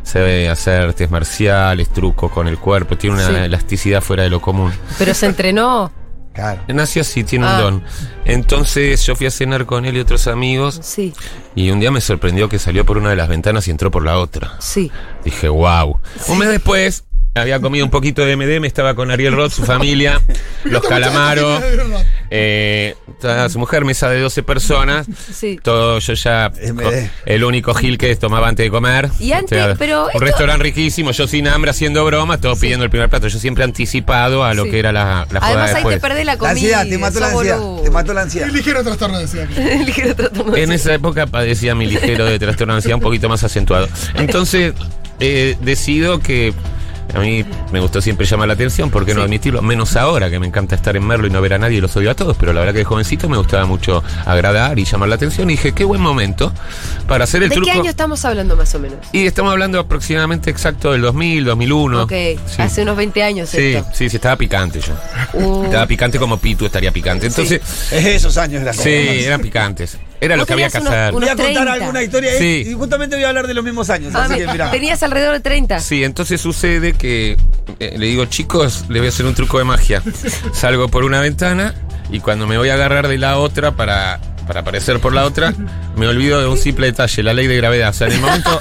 C: sabe hacer artes marciales, trucos con el cuerpo, tiene una
B: Sí.
C: elasticidad fuera de lo común.
B: Pero se entrenó.
A: Claro.
C: Nació así, tiene
B: Ah.
C: un don. Entonces yo fui a cenar con él y otros amigos
B: Sí,
C: y un día me sorprendió que salió por una de las ventanas y entró por la otra.
B: sí.
C: Dije, wow. Un mes después había comido un poquito de MDM, estaba con Ariel Roth, su familia, los calamaros, eh, toda su mujer, mesa de 12 personas.
B: Sí.
C: Todo yo ya.
A: MD.
C: co- El único gil que tomaba antes de comer.
B: Y antes, pero
C: Un
B: esto-
C: restaurante riquísimo, yo sin hambre haciendo bromas, todos pidiendo el primer plato. Yo siempre anticipado a lo
B: Sí.
C: que era la, la jugada
B: Además ahí
C: después.
B: te perdés la
A: La
B: comida.
A: ansiedad, te mató la
B: sos
A: ansiedad.
B: boludo.
A: Te mató la ansiedad.
D: Un ligero trastorno de ansiedad.
B: Ligero trastorno de
C: En esa época padecía mi ligero de trastorno de ansiedad un poquito más acentuado. Entonces, eh, decido que a mí me gustó siempre llamar la atención, ¿por qué no admitirlo? Menos ahora, que me encanta estar en Merlo y no ver a nadie y los odio a todos, pero la verdad que de jovencito me gustaba mucho agradar y llamar la atención. Y dije, qué buen momento para hacer el
B: ¿De
C: truco.
B: qué año estamos hablando más o menos?
C: Y estamos hablando aproximadamente exacto del 2000, 2001.
B: ok,
C: Sí.
B: hace unos 20 años
C: Sí,
B: esto.
C: sí, sí, estaba picante yo.
B: Uh,
C: Estaba picante como Pitu estaría picante. Entonces,
A: Es esos años la
C: sí, eran picantes. Era
B: Vos
C: lo que había que
B: tenías unos-
C: hacer.
A: Voy a
B: Unos
A: contar
B: 30.
A: alguna historia ¿eh?
C: Sí.
A: y justamente voy a hablar de los mismos años.
B: ah,
A: así que
B: mira,
A: mirá.
B: Tenías alrededor de 30.
C: Sí, entonces sucede que eh, le digo, chicos, les voy a hacer un truco de magia. Salgo por una ventana y cuando me voy a agarrar de la otra para, para aparecer por la otra, me olvido de un simple detalle, la ley de gravedad. O sea, en el momento,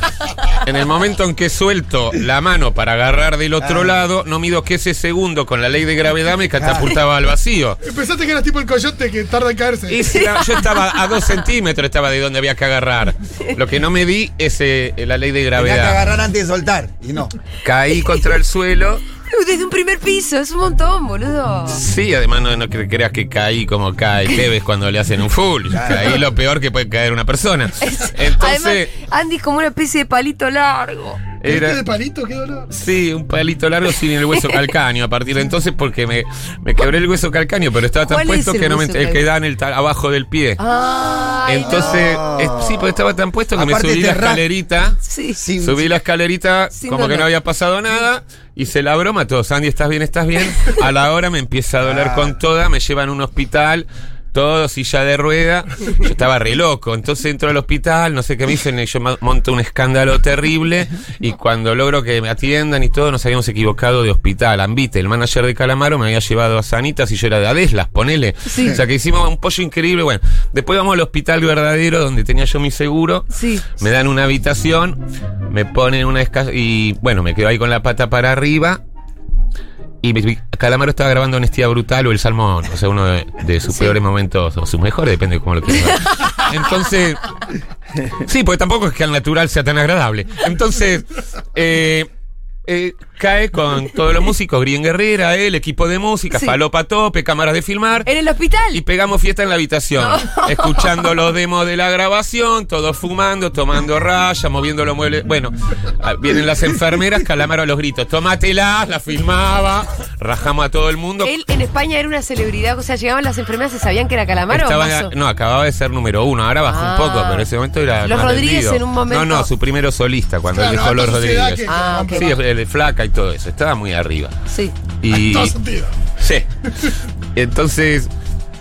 C: en, el momento en que suelto la mano para agarrar del
A: Ah.
C: otro lado, no mido que ese segundo con la ley de gravedad me catapultaba al vacío.
D: Pensaste que eras tipo el coyote que tarda en caerse.
C: Y si la- yo estaba a dos centímetros, estaba de donde había que agarrar. Lo que no me di es eh, la ley de
A: Tenía que
C: gravedad.
A: agarrar antes de soltar. Y no.
C: Caí contra el suelo.
B: Uh, Desde un primer piso, es un montón, boludo.
C: Sí, además no, no cre- creas que caí como cae Tevez cuando le hacen un full. Caí lo peor que puede caer una persona. Entonces,
B: Además, Andy es como una especie de palito largo.
C: Era-
D: ¿Este de palito? ¿Qué dolor?
C: Sí, un palito largo sin el hueso calcáneo a partir de entonces porque me, me quebré el hueso calcáneo, pero estaba tan
B: ¿Cuál
C: puesto
B: es el
C: que no me
B: hueso
C: ent- el que
B: calcáneo?
C: da en el tal- abajo del pie.
B: Ay,
C: entonces,
A: no.
C: es- sí, pero estaba tan puesto que
A: Aparte
C: me subí
A: te
C: la
A: ras-
C: escalerita.
B: Sí.
A: Sin-
C: Subí la escalerita
B: Sin
C: como que
B: dolor.
C: no había pasado nada. Hice la broma, todo, Sandy, ¿estás bien? ¿Estás bien? A la hora me empieza a doler
B: Ah.
C: con toda, me llevan a un hospital, todo, silla de rueda. Yo estaba re loco, entonces entro al hospital, no sé qué me dicen, y yo ma- monto un escándalo terrible y cuando logro que me atiendan y todo, nos habíamos equivocado de hospital. Ambite, el manager de Calamaro, me había llevado a Sanitas y yo era de Adeslas, ponele.
B: Sí.
C: O sea que hicimos un pollo increíble. Bueno, después vamos al hospital verdadero donde tenía yo mi seguro.
B: Sí.
C: Me dan una habitación, me ponen una escasa. Y bueno, me quedo ahí con la pata para arriba. Y mi- mi- Calamaro estaba grabando Honestidad Brutal o El Salmón, o sea, uno de, de sus
B: Sí.
C: peores momentos, o sus mejores, depende de cómo lo quieras ver. Entonces. Sí, porque tampoco es que al natural sea tan agradable. Entonces. eh, eh, cae con todos los músicos, Grien Guerrera, el equipo de música,
B: Sí.
C: Falopa Tope, cámaras de filmar.
B: En el hospital.
C: Y pegamos fiesta en la habitación, escuchando los demos de la grabación, todos fumando, tomando rayas, moviendo los muebles. Bueno, ah, vienen las enfermeras, calamaro a los gritos, tómatelas, la filmaba, rajamos a todo el mundo.
B: Él en España era una celebridad, o sea, llegaban las enfermeras y sabían que era calamaro
C: Estaba-
B: o mazo.
C: no, acababa de ser número uno, ahora bajó
B: Ah.
C: un poco, pero en ese momento era.
B: Los
C: más
B: Rodríguez
C: vendido.
B: en un momento-
C: No, no, su primero solista, cuando
D: Claro,
C: él dejó
D: alta
C: los
D: sociedad que-
C: Rodríguez.
B: Ah, ok.
C: Sí, el el de flaca y todo eso, estaba muy arriba.
B: Sí.
C: Y,
D: En todo sentido.
C: Sí. Entonces,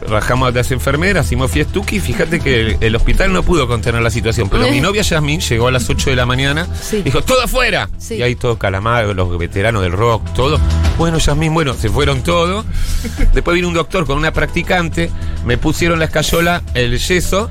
C: rajamos a las enfermeras, hicimos fiestuki. Fíjate que el, el hospital no pudo contener la situación. Pero
B: Eh.
C: mi novia Yasmin llegó a las 8 de la mañana.
B: Sí.
C: Dijo, todo afuera.
B: Sí.
C: Y ahí todos calamados, los veteranos del rock, todo. Bueno, Yasmin, bueno, se fueron todos. Después vino un doctor con una practicante. Me pusieron la escayola, el yeso.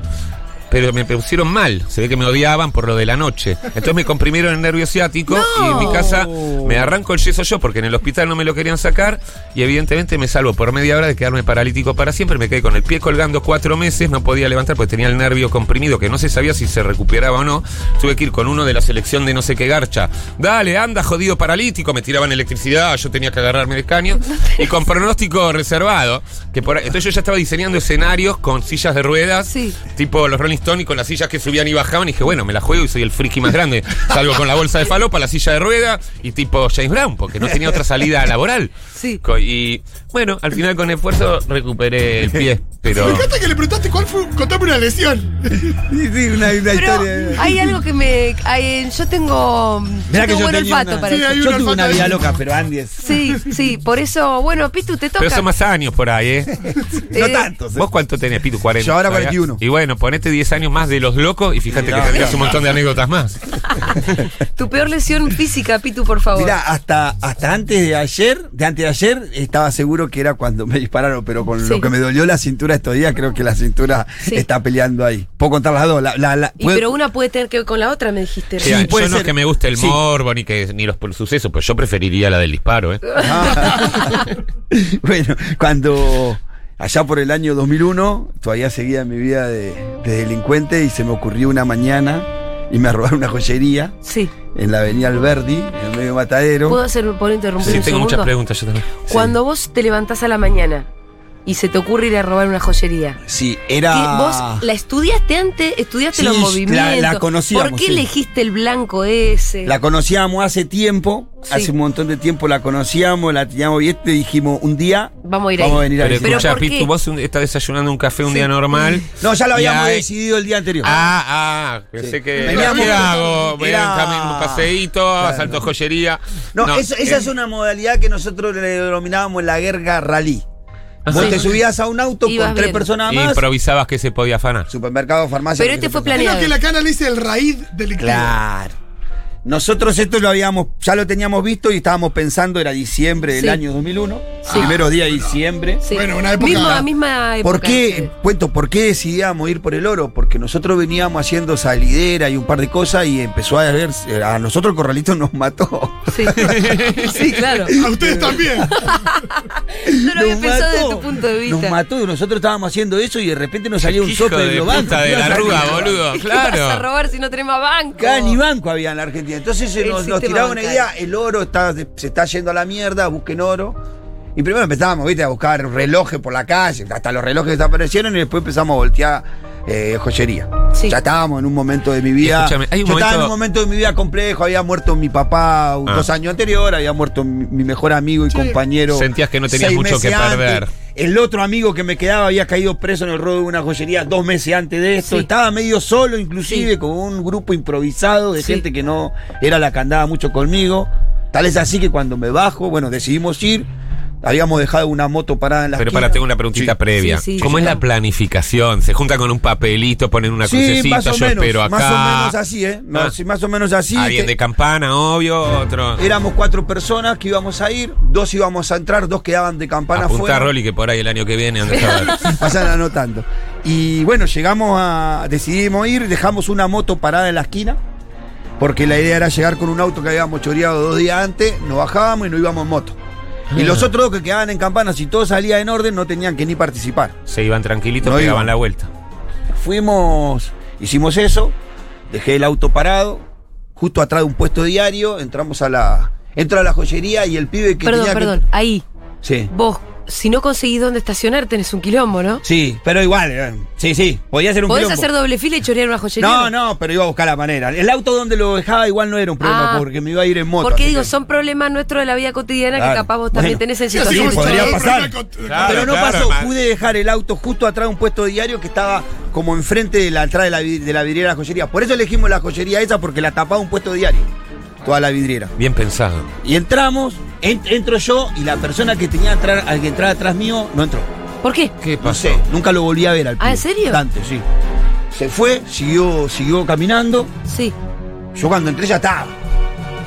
C: Pero me pusieron mal, se ve que me odiaban por lo de la noche. Entonces me comprimieron el nervio ciático y en mi casa me arranco el yeso yo porque en el hospital no me lo querían sacar y evidentemente me salvo por media hora de quedarme paralítico para siempre. Me quedé con el pie colgando cuatro meses, no podía levantar porque tenía el nervio comprimido que no se sabía si se recuperaba o no. Tuve que ir con uno de la selección de no sé qué garcha. Dale, anda, jodido paralítico. Me tiraban electricidad, yo tenía que agarrarme de caño. Y con pronóstico reservado. Que por, ahí- entonces yo ya estaba diseñando escenarios con sillas de ruedas.
B: Sí.
C: Tipo los Rolling Stones con las sillas que subían y bajaban. Y dije, bueno, me la juego y soy el friki más grande. Salgo con la bolsa de falopa, la silla de rueda y tipo James Brown, porque no tenía otra salida laboral.
B: Sí.
C: Co- Y bueno, al final con esfuerzo recuperé el pie.
D: Me
C: Pero.
D: encanta que le preguntaste cuál fue. Contame una lesión.
A: Sí, sí, una, una
B: Pero
A: historia.
B: hay algo que me. hay- yo tengo. yo
A: Mirá
B: tengo buen
A: tenía
B: olfato
A: una-
B: para
D: Sí,
B: eso.
D: hay
A: Yo
D: un
A: tuve una
D: olfato
A: vida
D: ahí.
A: loca, pero Andy es.
B: Sí, sí, por eso. Bueno, Pitu, te toca.
C: Pero son más años por ahí, ¿eh?
A: No
B: Eh,
A: tanto. sí.
C: ¿Vos cuánto tenés, Pitu? 40.
A: Yo ahora
C: ¿todavía?
A: 41.
C: Y bueno, ponete 10 años más de los locos y fíjate
A: Sí,
C: que
A: no,
C: tendrías
A: no,
C: un montón de anécdotas más.
B: Tu peor lesión física, Pitu, por favor.
A: Mirá, hasta, hasta antes de ayer, de antes de ayer, estaba seguro que era cuando me dispararon, pero con
B: Sí.
A: lo que me dolió la cintura estos días, creo que la cintura
B: Sí.
A: está peleando ahí. Puedo contar las dos. La, la- la-
B: y,
A: puedo-
B: pero una puede tener que ver con la otra, me dijiste.
A: Sí,
C: O sea,
A: puede
C: yo no
A: ser.
C: es que me guste el
A: Sí.
C: morbo ni que ni los sucesos, pero yo preferiría la del disparo, ¿eh?
A: Ah. bueno, cuando allá por el año 2001, todavía seguía mi vida de, de delincuente y se me ocurrió una mañana y me robaron una joyería
B: Sí.
A: en la avenida Alberdi, en el medio de matadero.
B: ¿Puedo hacer, puedo interrumpir
C: Sí,
B: un
C: tengo muchas
B: segundo?
C: preguntas yo también.
B: Cuando vos te levantás a la mañana y se te ocurre ir a robar una joyería,
A: Sí,
B: ¿qué-
A: era...
B: ¿vos la estudiaste antes? ¿Estudiaste
A: Ah. Sí,
B: los
A: la- la
B: movimientos?
A: conocíamos,
B: ¿Por qué
A: sí.
B: elegiste el blanco ese?
A: La conocíamos hace tiempo,
B: Sí.
A: hace un montón de tiempo la conocíamos, la teníamos y este dijimos un día
B: Vamos a ir
A: vamos a
B: ahí.
A: venir a
C: Pero
A: visitar.
C: escucha,
B: ¿por qué?
C: Pitu, vos un- estás desayunando un café un día normal.
A: No, ya lo
C: y
A: habíamos
C: ahí-
A: decidido el día anterior.
C: Ah, ah, pensé
A: Sí.
C: que.
A: Veníamos-
C: ¿Qué hago? Voy
A: Era-
C: a caminar un paseíto, asalto joyería.
A: no, eso- esa
C: eh,
A: es una modalidad que nosotros le denominábamos la guerra rally. Vos
C: Ah, Sí.
A: te subías a un auto
B: Ibas
A: con tres
B: bien.
A: personas más,
C: eh, Improvisabas que se podía afanar.
A: supermercado, farmacia.
B: Pero
A: lo
B: este
A: que
B: fue
A: sea.
D: Es lo
B: planeado.
D: que la cana le dice el raíz delictivo.
A: Claro. Nosotros esto lo habíamos, ya lo teníamos visto y estábamos pensando, era diciembre del
B: Sí.
A: año 2001,
B: Sí.
A: primero día de diciembre.
B: Sí.
D: Bueno, una época-
B: Misma, misma época.
A: ¿Por qué, cuento, por qué decidíamos ir por el oro? Porque nosotros veníamos haciendo salidera y un par de cosas y empezó a ver, a nosotros el corralito nos mató.
B: Sí. sí, claro.
D: A ustedes también.
B: No lo había
A: Nos
B: pensado desde
A: mató.
B: tu punto de
A: Nos
B: vista.
A: mató y nosotros estábamos haciendo eso y de repente nos salía un
C: Hijo
A: sope
C: de
A: los bancos.
C: puta de la arruga, boludo.
B: ¿Qué vas a
C: Claro.
B: robar si no tenés más banco?
A: Acá ni banco había en la Argentina. Entonces se
B: El
A: nos, nos
B: sistema
A: tiraba una
B: bancario.
A: idea, el oro está, se está yendo a la mierda, busquen oro. Y primero empezábamos, viste, a buscar relojes por la calle, hasta los relojes desaparecieron y después empezamos a voltear eh, joyería.
B: Sí.
A: Ya estábamos en un momento de mi vida.
C: Escúchame, hay un
A: yo estaba
C: momento-
A: en un momento de mi vida complejo. Había muerto mi papá un-
C: Ah.
A: dos años anterior. Había muerto mi, mi mejor amigo y compañero.
C: Sentías que no tenías
A: seis
C: mucho
A: meses
C: que
A: antes.
C: perder.
A: El otro amigo que me quedaba había caído preso en el robo de una joyería dos meses antes de esto.
B: Sí.
A: Estaba medio solo, inclusive,
B: Sí.
A: con un grupo improvisado de
B: Sí.
A: gente que no era la que andaba mucho conmigo. Tal es así que cuando me bajo, bueno, decidimos ir. Habíamos dejado una moto parada en la
C: Pero
A: esquina.
C: para, tengo una preguntita
A: Sí.
C: previa.
B: Sí, sí,
C: ¿Cómo
B: sí,
C: es
B: sí.
C: la planificación? ¿Se juntan con un papelito, ponen una crucecita, yo espero acá?
A: Más o menos así, ¿eh? No,
C: Ah.
A: sí, más o menos así.
C: Alguien
A: que Eh,
C: de campana, obvio, otro.
A: Éramos cuatro personas que íbamos a ir, dos íbamos a entrar, dos quedaban de campana
C: Apuntar,
A: afuera.
C: Rolly, que por ahí el año que viene anda a saber.
A: Vayan anotando. Y bueno, llegamos a. Decidimos ir, dejamos una moto parada en la esquina, porque la idea era llegar con un auto que habíamos choreado dos días antes, nos bajábamos y nos íbamos en moto. Y los otros dos que quedaban en campana, si todo salía en orden, no tenían que ni participar.
C: Se iban tranquilitos,
A: No
C: pegaban
A: iban.
C: la vuelta.
A: Fuimos, hicimos eso, dejé el auto parado, justo atrás de un puesto diario, entramos a la. Entro a la joyería y el pibe que
B: Perdón,
A: tenía que-
B: perdón. Ahí,
A: Sí.
B: vos, si no conseguís dónde estacionar, tenés un quilombo, ¿no?
A: Sí, pero igual, eh, sí, sí, podía ser un
B: ¿Podés
A: quilombo.
B: hacer doble fila y chorear una joyería?
A: No, no, pero iba a buscar la manera. El auto donde lo dejaba igual no era un problema,
B: Ah.
A: porque me iba a ir en moto.
B: Porque
A: así
B: digo,
A: que-
B: son problemas nuestros de la vida cotidiana
A: Claro.
B: que capaz vos también
A: Bueno.
B: tenés en
A: Sí,
D: así
B: situaciones.
A: sí, podría
D: todo el
A: pasar.
D: problema con-
C: Claro.
A: pero no pasó,
C: man.
A: pude dejar el auto justo atrás de un puesto diario que estaba como enfrente de la entrada de la, vi- de la vidriera de la joyería. Por eso elegimos la joyería esa, porque la tapaba un puesto diario, toda la vidriera.
C: Bien pensado.
A: Y entramos, en- entro yo y la persona que tenía atrás- al que entraba atrás mío no entró.
B: ¿Por qué?
C: ¿Qué
A: No
C: pasó?
A: sé, nunca lo volví a ver al
B: Ah,
A: pibe.
B: ¿en serio?
A: Dante, sí. Se fue, siguió, siguió caminando.
B: Sí.
A: Yo cuando entré ya estaba.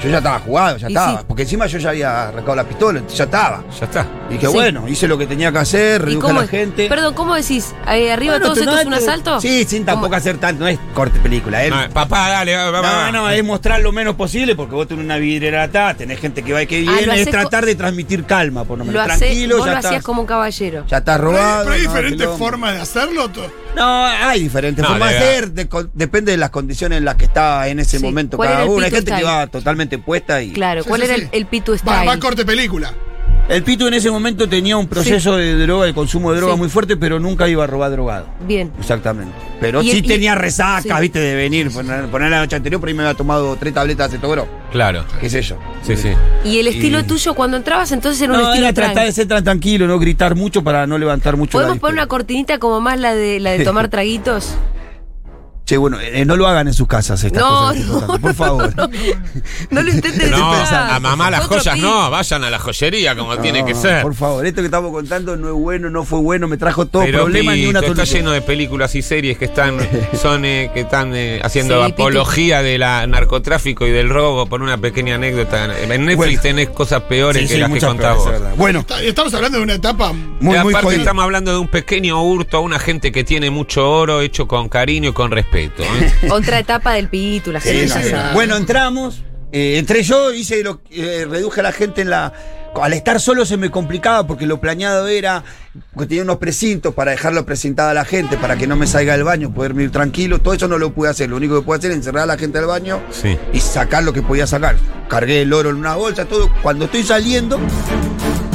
A: Yo ya estaba jugado, ya
B: Y
A: estaba.
B: sí.
A: Porque encima yo ya había arrancado la pistola, entonces ya estaba.
C: Ya está.
A: Y dije,
B: Sí.
A: bueno, hice lo que tenía que hacer,
B: ¿Y
A: reduje a
B: cómo
A: la
B: es?
A: gente.
B: Perdón, ¿cómo decís? Eh, ¿Arriba
A: Bueno,
B: todos
A: te-
B: esto es un
A: no, te-
B: asalto?
A: Sí, sin tampoco
B: ¿Cómo?
A: hacer tanto. No es corte película, ¿eh?
C: Ah, papá, dale, va, va,
A: No,
C: va.
A: no, es mostrar lo menos posible porque vos tenés una vidriera atrás, tenés gente que va y que
B: Ah, lo
A: viene,
B: hacés
A: es tratar de transmitir calma, por lo menos.
B: Lo hacés-
A: Tranquilo,
B: vos
A: ya
B: lo hacías
A: estás.
B: como un caballero.
A: Ya estás
D: Pero hay-
A: robado.
D: pero hay
A: no,
D: diferentes
A: quilombo.
D: formas de hacerlo. to-
A: No, hay diferentes
C: No,
A: formas de
C: de verdad.
A: hacer, de- con- depende de las condiciones en las que está en ese
B: Sí.
A: momento
B: ¿Cuál
A: cada
B: era el
A: uno. Hay
B: pico
A: gente que
B: style?
A: va totalmente puesta y.
B: Claro,
D: Sí,
B: ¿cuál
D: sí,
B: era
D: sí.
B: el, el Pitu
D: Va,
B: Style?
D: va corte película.
A: El Pito en ese momento tenía un proceso de droga, de consumo de droga
B: Sí.
A: muy fuerte, pero nunca iba a robar drogado.
B: Bien.
A: Exactamente. Pero
B: Y-
A: sí
B: y-
A: tenía resacas,
B: sí.
A: viste, de venir. Poner, poner la noche anterior, por ahí me había tomado tres tabletas de acetogro.
C: Claro.
A: Qué sé yo.
C: Sí, sí.
B: ¿Y el estilo
A: Y-
B: tuyo cuando entrabas entonces era un
A: No,
B: estilo
A: era tratar de
B: tranqui?
A: ser tan tranquilo, no gritar mucho para no levantar mucho la
B: ¿Podemos poner
A: disputa.
B: una cortinita como más la de la de tomar traguitos?
A: Che, bueno, eh, no lo hagan en sus casas estas
B: No,
A: cosas. que estoy
B: no,
A: contando, por favor.
B: No lo intentes de
C: No,
B: verdad.
C: a mamá las
B: Otro
C: joyas
B: pi-
C: no, vayan a la joyería como tiene
A: No,
C: que ser.
A: Por favor, esto que estamos contando no es bueno, no fue bueno, me trajo todo
C: Pero
A: problema ni
C: Pito,
A: una
C: está
A: solución.
C: lleno de películas y series que están son eh, que están eh, haciendo
B: Sí, Pito.
C: apología de la narcotráfico y del robo por una pequeña anécdota. En Netflix
A: Bueno.
C: tenés cosas
A: Sí,
C: peores que
A: sí,
C: las que
A: muchas
C: contás
A: peores,
C: vos.
A: es verdad. Bueno,
D: Está- Estamos hablando de una etapa.
A: muy,
C: Y
A: muy
C: aparte
A: jodido.
C: estamos hablando de un pequeño hurto a una gente que tiene mucho oro hecho con cariño y con respeto. ¿eh?
B: Otra etapa del Pitu, la
A: Sí,
B: gente.
A: sí,
D: sí.
A: sí. Bueno, entramos. eh, entré yo, hice lo eh, reduje a la gente en la. Al estar solo se me complicaba porque lo planeado era que tenía unos precintos para dejarlo presentada a la gente, para que no me salga del baño, poderme ir tranquilo. Todo eso no lo pude hacer. Lo único que pude hacer era encerrar a la gente al baño
C: Sí.
A: y sacar lo que podía sacar. Cargué el oro en una bolsa, todo. Cuando estoy saliendo,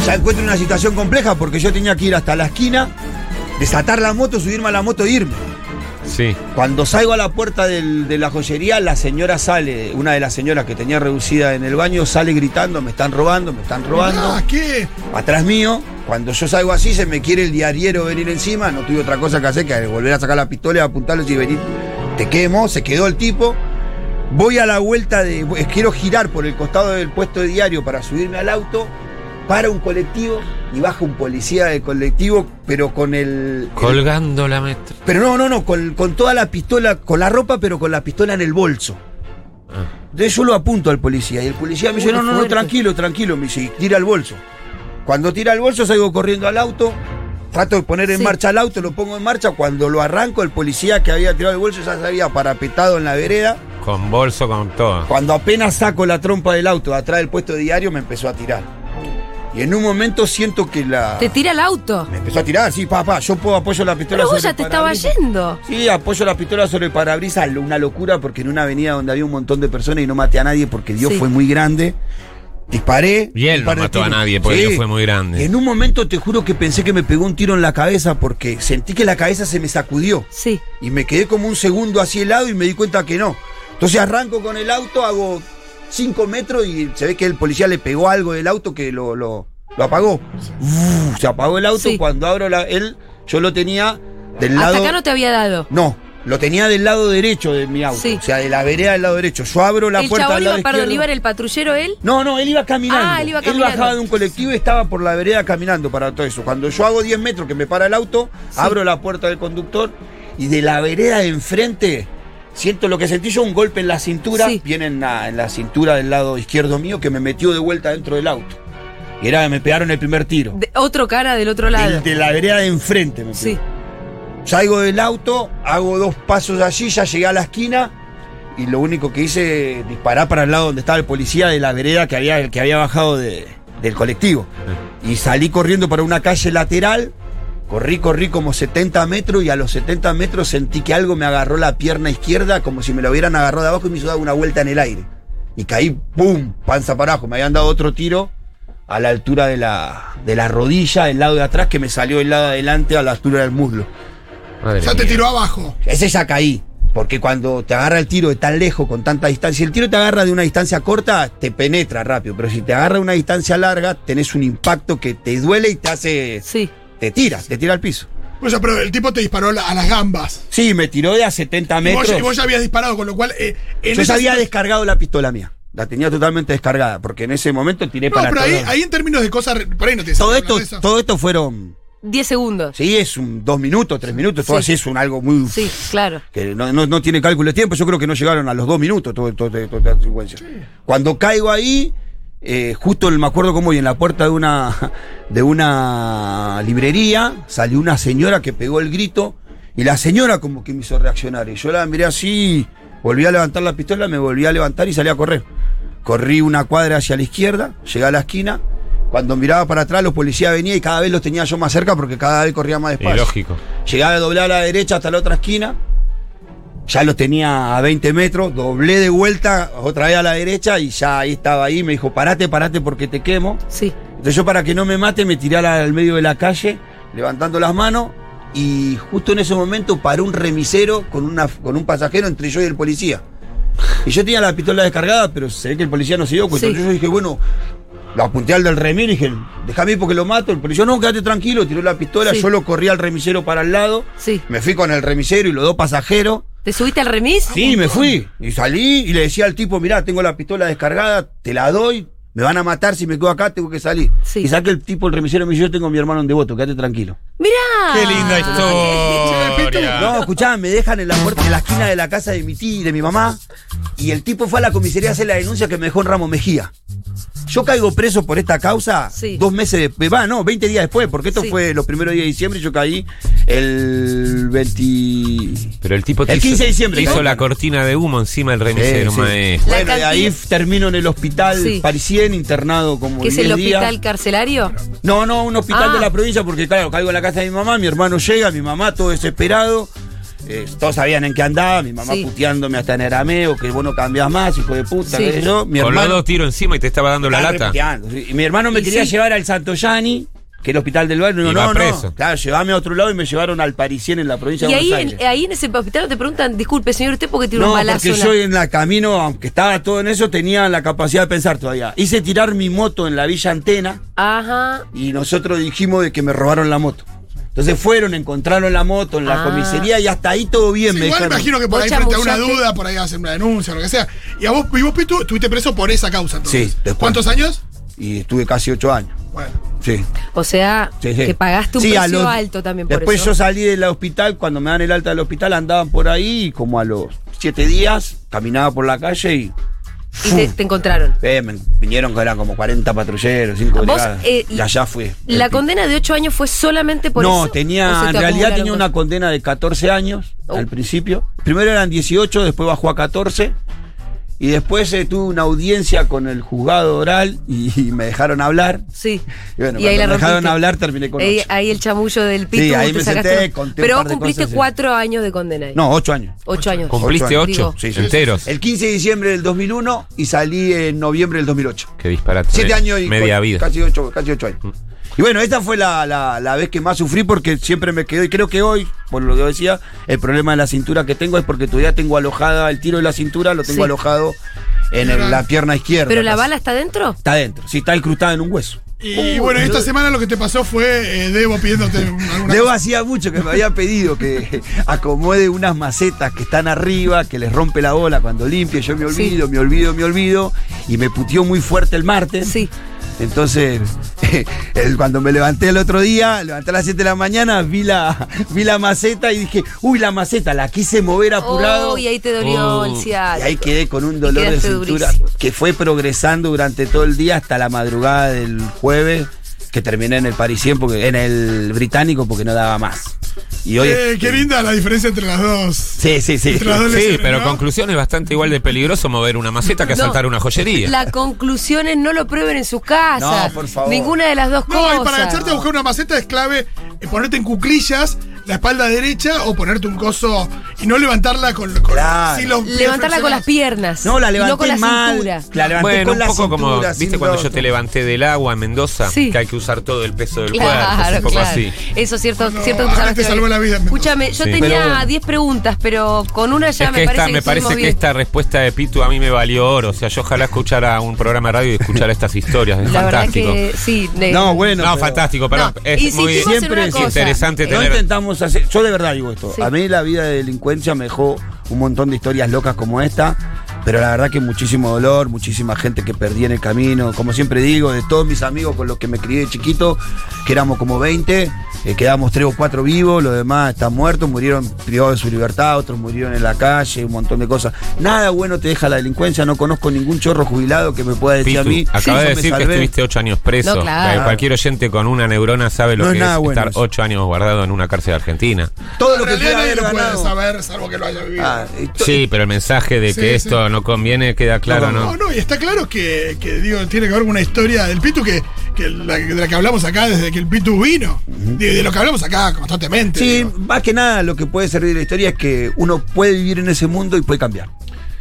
A: ya encuentro una situación compleja porque yo tenía que ir hasta la esquina, desatar la moto, subirme a la moto e irme.
C: Sí.
A: Cuando salgo a la puerta del- de la joyería, la señora sale, una de las señoras que tenía reducida en el baño, sale gritando, me están robando, me están robando.
D: Ah, ¿qué?
A: Atrás mío, cuando yo salgo así, se me quiere el diariero venir encima, no tuve otra cosa que hacer que volver a sacar la pistola, apuntarlos y venir. Te quemo, se quedó el tipo. Voy a la vuelta de. eh, Quiero girar por el costado del puesto de diario para subirme al auto. Para un colectivo y baja un policía del colectivo, pero con el- el
C: Colgando la maestra.
A: pero no, no, no, con, con toda la pistola, con la ropa, pero con la pistola en el bolso. Entonces yo lo apunto al policía y el policía me dice,
B: Uy, qué
A: no, no, no,
B: fuerte.
A: tranquilo, tranquilo, me dice, y tira el bolso. Cuando tira el bolso salgo corriendo al auto, trato de poner en
B: Sí.
A: marcha el auto, lo pongo en marcha, cuando lo arranco el policía que había tirado el bolso ya se había parapetado en la vereda,
C: Con bolso, con todo.
A: cuando apenas saco la trompa del auto de atrás del puesto diario me empezó a tirar. Y en un momento siento que la...
B: Te tira el auto.
A: Me empezó a tirar, sí, papá, yo puedo apoyo la pistola.
B: Pero vos
A: sobre
B: ya
A: el
B: te estaba
A: parabrisas.
B: yendo.
A: Sí, apoyo la pistola sobre el parabrisas, lo- una locura porque en una avenida donde había un montón de personas y no maté a nadie porque Dios
B: Sí.
A: fue muy grande, Disparé.
C: Y él
A: un
C: no
A: par de
C: mató a
A: tiros.
C: nadie, porque
A: Sí.
C: él fue muy grande.
A: En un momento te juro que pensé que me pegó un tiro en la cabeza porque sentí que la cabeza se me sacudió.
B: Sí.
A: Y me quedé como un segundo así helado y me di cuenta que no. Entonces arranco con el auto, hago 5 metros y se ve que el policía le pegó algo del auto que lo, lo, lo apagó. Uf, se apagó el auto
B: Sí.
A: cuando abro la, él, yo lo tenía del
B: Hasta
A: lado.
B: acá no te había dado.
A: No, lo tenía del lado derecho de mi auto.
B: Sí.
A: O sea, de la vereda del lado derecho. Yo abro la
B: el
A: puerta
B: chabón
A: del
B: iba,
A: lado
B: perdón,
A: izquierdo.
B: iba en el patrullero él.
A: No, no, él iba caminando.
B: Ah, él iba caminando.
A: bajaba de un colectivo y estaba por la vereda caminando para todo eso. Cuando yo hago 10 metros que me para el auto, abro la puerta del conductor y de la vereda de enfrente siento lo que sentí yo, un golpe en la cintura.
B: Sí.
A: Viene en la, en la cintura del lado izquierdo mío que me metió de vuelta dentro del auto. Y era, me pegaron el primer tiro.
B: de- otro cara del otro lado.
A: El de la vereda de enfrente me pegó.
B: Sí.
A: Salgo del auto, hago dos pasos allí, ya llegué a la esquina y lo único que hice disparar para el lado donde estaba el policía de la vereda que había, que había bajado de- del colectivo. Y salí corriendo para una calle lateral, corrí, corrí como 70 metros y a los 70 metros sentí que algo me agarró la pierna izquierda como si me lo hubieran agarrado de abajo y me hizo dar una vuelta en el aire. Y caí, ¡pum!, panza para abajo. Me habían dado otro tiro a la altura de la, de la rodilla, del lado de atrás, que me salió del lado de adelante a la altura del muslo.
C: Madre
D: O sea, te
C: mía.
D: tiró abajo.
A: Ese ya caí. Porque cuando te agarra el tiro de tan lejos, con tanta distancia, si el tiro te agarra de una distancia corta, te penetra rápido. Pero si te agarra de una distancia larga, tenés un impacto que te duele y te hace.
B: Sí.
A: Te tira, te tira al piso.
D: O sea, pero el tipo te disparó la- a las gambas.
A: Sí, me tiró de a 70
D: Y vos,
A: metros.
D: y vos ya habías disparado, con lo cual. eh, en
A: Yo
D: esa
A: ya había
D: situ-
A: descargado la pistola mía. La tenía totalmente descargada, porque en ese momento tiré
D: No,
A: para
D: pero
A: todo.
D: ahí, ahí en términos de cosas. re- Por ahí no te
A: todo,
D: sale hablar de
A: esto,
D: eso.
A: todo esto fueron.
B: 10 segundos.
A: Sí, es un dos minutos, tres minutos, todo
B: Sí.
A: así es un algo muy.
B: Sí, claro.
A: que no, no- no tiene cálculo de tiempo, yo creo que no llegaron a los dos minutos todo, todo- todo- toda esta secuencia. Cuando caigo ahí, eh, justo el- me acuerdo como hoy en la puerta de una, de una librería salió una señora que pegó el grito y la señora como que me hizo reaccionar. Y yo la miré así, volví a levantar la pistola, me volví a levantar y salí a correr. Corrí una cuadra hacia la izquierda, llegué a la esquina. Cuando miraba para atrás, los policías venían y cada vez los tenía yo más cerca porque cada vez corría más
C: Y
A: despacio.
C: lógico.
A: Llegaba a doblar a la derecha hasta la otra esquina. Ya los tenía a 20 metros, doblé de vuelta otra vez a la derecha y ya ahí estaba ahí. Me dijo, parate, parate porque te quemo.
B: Sí.
A: Entonces yo para que no me mate me tiré al- al medio de la calle, levantando las manos. Y justo en ese momento paró un remisero con, una, con un pasajero entre yo y el policía. Y yo tenía la pistola descargada, pero se ve que el policía no se dio
B: Sí.
A: cuenta. Entonces yo dije, bueno, lo apunté al del remis, dije, déjame ir porque lo mato. El policía, no, quédate tranquilo, tiró la pistola,
B: Sí.
A: yo lo corrí al remisero para el lado.
B: Sí.
A: Me fui con el remisero y los dos pasajeros.
B: ¿Te subiste al remis?
A: Sí, me fui. Ah, Y salí y le decía al tipo, mirá, tengo la pistola descargada, te la doy, me van a matar si me quedo acá, tengo que salir.
B: Sí.
A: Y saqué el tipo, el remisero, me dijo, yo tengo a mi hermano en devoto, quédate tranquilo.
B: Mirá.
C: Qué linda historia.
A: No, escuchá, me dejan en la puerta, en la esquina de la casa de mi tía y de mi mamá. Y el tipo fue a la comisaría a hacer la denuncia que me dejó en Ramos Mejía. Yo caigo preso por esta causa
B: Sí.
A: dos meses después, va, no, 20 días después, porque esto
B: Sí.
A: fue los primeros días de diciembre, yo caí el 20...
C: Pero el tipo te
A: El 15 de diciembre,
C: te hizo
A: ¿no?
C: la cortina de humo encima del remisero,
A: Sí, sí.
C: maestro.
B: La
A: Bueno, de
B: cantidad-
A: ahí termino en el hospital
B: Sí.
A: Parisien, internado como
B: ¿Qué es
A: 10
B: el
A: días.
B: hospital carcelario?
A: No, no, un hospital
B: Ah.
A: de la provincia, porque claro, caigo en la casa de mi mamá, mi hermano llega, mi mamá todo desesperado. eh, todos sabían en qué andaba, mi mamá
B: Sí.
A: puteándome hasta en arameo, que vos no cambiás más, hijo de puta,
B: Sí.
A: qué sé yo. Mi
C: Con los
A: hermano,
C: dos tiros encima y te estaba dando la
A: estaba
C: lata.
A: reputeando, sí. Y mi hermano me
B: Y
A: quería
B: sí.
A: llevar al Santo Yani, que es el hospital del barrio. y digo,
C: Y va
A: no,
C: preso.
A: no. Claro, llevame a otro lado y me llevaron al Parisien en la provincia
B: Y
A: de
B: ahí
A: Buenos Aires.
B: en, ahí en ese hospital te preguntan, disculpe, señor, ¿usted porque tiene
A: No,
B: un balazo?
A: porque
B: en la-
A: yo en la camino, aunque estaba todo en eso, tenía la capacidad de pensar todavía. Hice tirar mi moto en la Villa Antena
B: Ajá.
A: y nosotros dijimos de que me robaron la moto. Entonces fueron, encontraron la moto en la
B: Ah.
A: comisaría y hasta ahí todo bien.
D: Sí,
A: me
D: igual
A: dijeron.
D: imagino que por ahí
B: Vos
D: frente a una
B: chamullaste.
D: duda, por ahí hacen una denuncia, lo que sea. Y a vos, y vos Pitu, estuviste preso por esa causa entonces.
A: Sí, después.
D: ¿Cuántos años?
A: Y estuve casi ocho años.
D: Bueno.
A: Sí.
B: O sea,
A: sí, sí.
B: que pagaste un
A: Sí, a
B: precio
A: los-
B: alto también por
A: Después
B: eso.
A: yo salí del hospital, cuando me dan el alta del hospital andaban por ahí y como a los siete días caminaba por la calle y
B: Y te, te encontraron.
A: eh, me vinieron que eran como 40 patrulleros, cinco
B: Vos,
A: brigadas.
B: eh,
A: y allá fui.
B: ¿La
A: El pi-
B: condena de 8 años fue solamente por eso?
A: no,
B: ¿O
A: tenía,
B: se
A: en
B: te
A: realidad
B: acumularon
A: tenía una
B: cosas?
A: condena de 14 años
B: Oh.
A: al principio. Primero eran 18, después bajó a 14. Y después eh, tuve una audiencia con el juzgado oral y, y me dejaron hablar.
B: Sí.
A: Y bueno,
B: ahí
A: cuando
B: la
A: me dejaron
B: rompiste.
A: hablar terminé con
B: Ahí,
A: ocho.
B: ahí el chamullo del pitu.
A: ahí
B: te
A: me
B: sacaste
A: senté,
B: un-
A: conté un
B: Pero
A: par
B: vos
A: de
B: cumpliste
A: cosas, sí.
B: cuatro años de condena. ahí.
A: No, ocho años.
B: Ocho años.
C: Cumpliste
B: Digo,
C: ocho
A: Sí, sí, sí.
C: enteros.
A: El 15 de diciembre del 2001 y salí en noviembre del 2008.
C: Qué disparate.
A: Siete
C: Me-
A: años y
C: Media
A: con-
C: vida.
A: Casi ocho, casi ocho años. Y bueno, esta fue la, la- la vez que más sufrí porque siempre me quedó. Y creo que hoy, por lo que yo decía, el problema de la cintura que tengo es porque todavía tengo alojada el tiro de la cintura, lo tengo
B: Sí.
A: alojado en el- la pierna izquierda.
B: ¿Pero la
A: casi.
B: bala está dentro?
A: Está adentro, sí, está incrustada en un hueso. Uh,
D: Y bueno, esta semana lo que te pasó fue eh, Debo pidiéndote alguna
A: Debo
D: cosa.
A: hacía mucho que me había pedido que acomode unas macetas que están arriba, que les rompe la bola cuando limpie. Yo me olvido, me olvido, me olvido. Y me puteó muy fuerte el martes.
B: Sí.
A: Entonces, el- cuando me levanté el otro día, levanté a las 7 de la mañana, vi la, vi la maceta y dije, uy, la maceta, la quise mover apurado.
B: Oh, y
A: y
B: ahí te dolió
C: Oh.
B: el ciático.
A: ahí quedé con un dolor de
B: quedaste
A: cintura
B: durísimo.
A: que fue progresando durante todo el día hasta la madrugada del jueves, que terminé en el parisien, porque, en el británico, porque no daba más. Y hoy.
D: Eh, qué linda la diferencia entre las dos.
A: Sí, sí, sí.
D: Entre las dos
C: Sí,
D: lesiones,
C: pero
D: ¿no?
C: conclusión es bastante igual de peligroso mover una maceta que
B: No.
C: saltar una joyería.
B: La conclusión es no lo prueben en su casa.
A: No, por favor.
B: Ninguna de las dos
D: No,
B: cosas.
D: y para echarte a buscar una maceta es clave eh, ponerte en cuclillas, la espalda derecha o ponerte un coso y no levantarla con, con
A: Claro.
D: sí, los pies
B: Levantarla con las
D: flexionados.
B: piernas.
A: No, la
B: y
A: levanté
B: no con la
A: mal.
B: cintura.
A: La levanté
C: Bueno,
A: con
C: un
A: la
C: poco como,
A: cintura,
C: viste
A: sin
C: cuando yo
A: bronca.
C: te levanté del agua en Mendoza,
B: Sí.
C: que hay que usar todo el peso del cuerpo, es
B: Claro,
C: un poco
B: claro.
C: así.
B: Eso es cierto,
D: No,
B: cierto que
D: ahora
B: empezaron
D: te
B: a-
D: salvó la vida, Mendoza.
B: Escúchame, yo
C: Sí.
A: Pero
B: tenía
A: bueno.
B: 10 preguntas, pero con una ya
C: es
B: me
C: que
B: parece
C: esta,
B: que
C: me parece
B: hicimos
C: que
B: bien.
C: esta respuesta de Pitu a mí me valió oro. O sea, yo ojalá escuchara un programa de radio y escuchara estas historias. Es
B: La verdad
C: fantástico.
B: que sí. ne-
A: No, bueno.
C: No,
A: pero-
C: fantástico, perdón.
B: No,
C: es
B: insistimos
C: muy
B: en una
C: siempre es
B: cosa.
C: interesante
B: No
A: No
C: tener.
A: intentamos hacer. Yo de verdad digo esto.
B: Sí.
A: A mí la vida de delincuencia me dejó un montón de historias locas como esta. Pero la verdad que muchísimo dolor, muchísima gente que perdí en el camino. Como siempre digo, de todos mis amigos con los que me crié de chiquito, que éramos como 20, eh, quedamos 3 o 4 vivos, los demás están muertos, murieron privados de su libertad, otros murieron en la calle, un montón de cosas. Nada bueno te deja la delincuencia, no conozco ningún chorro jubilado que me pueda decir
C: Pitu,
A: a mí.
C: acabas
A: "Yo
C: de
A: me
C: decir que
A: salvé".
C: estuviste ocho años preso.
B: No, claro.
C: Eh, Cualquier oyente con una neurona sabe lo
A: No es
C: que es
A: nada bueno
C: estar
A: eso.
C: ocho años guardado en una cárcel argentina.
A: Todo lo
D: En
A: que pueda
D: realidad nadie
A: haber
D: lo puede
A: ganado.
D: saber, salvo que lo haya vivido.
A: Ah, y to-
C: Sí, pero el mensaje de
D: Sí,
C: que
D: sí.
C: esto no conviene queda claro, ¿no?
D: No, no, y está claro que, que, digo, tiene que haber una historia del Pitu que, que la, de la que hablamos acá desde que el Pitu vino. de, de lo que hablamos acá constantemente.
A: Sí,
D: digo.
A: más que nada lo que puede servir de la historia es que uno puede vivir en ese mundo y puede cambiar.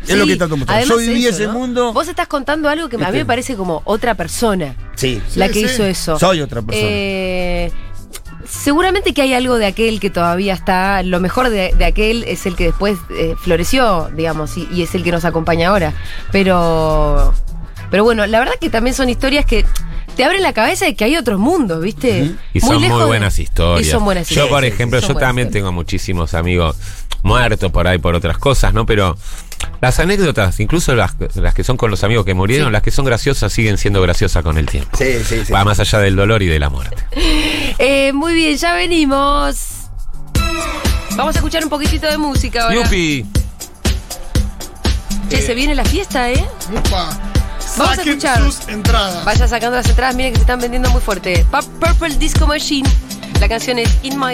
B: Sí,
A: es lo que trato de mostrar. Yo
B: además
A: viví
B: eso,
A: ese
B: ¿no?
A: mundo.
B: Vos estás contando algo que a mí
A: Este.
B: me parece como otra persona.
A: Sí.
B: la que
D: sí.
B: hizo eso.
A: Soy otra persona.
B: Eh, seguramente que hay algo de aquel que todavía está. Lo mejor de, de aquel es el que después eh, floreció, digamos, y, y es el que nos acompaña ahora. Pero. Pero bueno, la verdad que también son historias que te abren la cabeza de que hay otros mundos, ¿viste?
C: Y son muy,
B: lejos de-
C: buenas historias.
B: Y son buenas historias.
C: Yo, por
B: Sí, sí,
C: ejemplo,
B: son
C: yo
B: buenas
C: también
B: historias.
C: tengo muchísimos amigos muertos por ahí por otras cosas, ¿no? Pero las anécdotas, incluso las, las que son con los amigos que murieron,
B: Sí.
C: las que son graciosas siguen siendo graciosas con el tiempo.
A: Sí, sí, sí.
C: Va más allá del dolor y de la muerte.
B: Eh, muy bien, ya venimos. Vamos a escuchar un poquitito de música ahora.
C: ¡Yupi!
B: Che, se viene la fiesta, ¿eh?
D: Upa.
B: Vamos a
D: Saquen
B: escuchar.
D: sus entradas.
B: Vaya sacando las entradas, miren que se están vendiendo muy fuerte. Pa- Purple Disco Machine. La canción es In My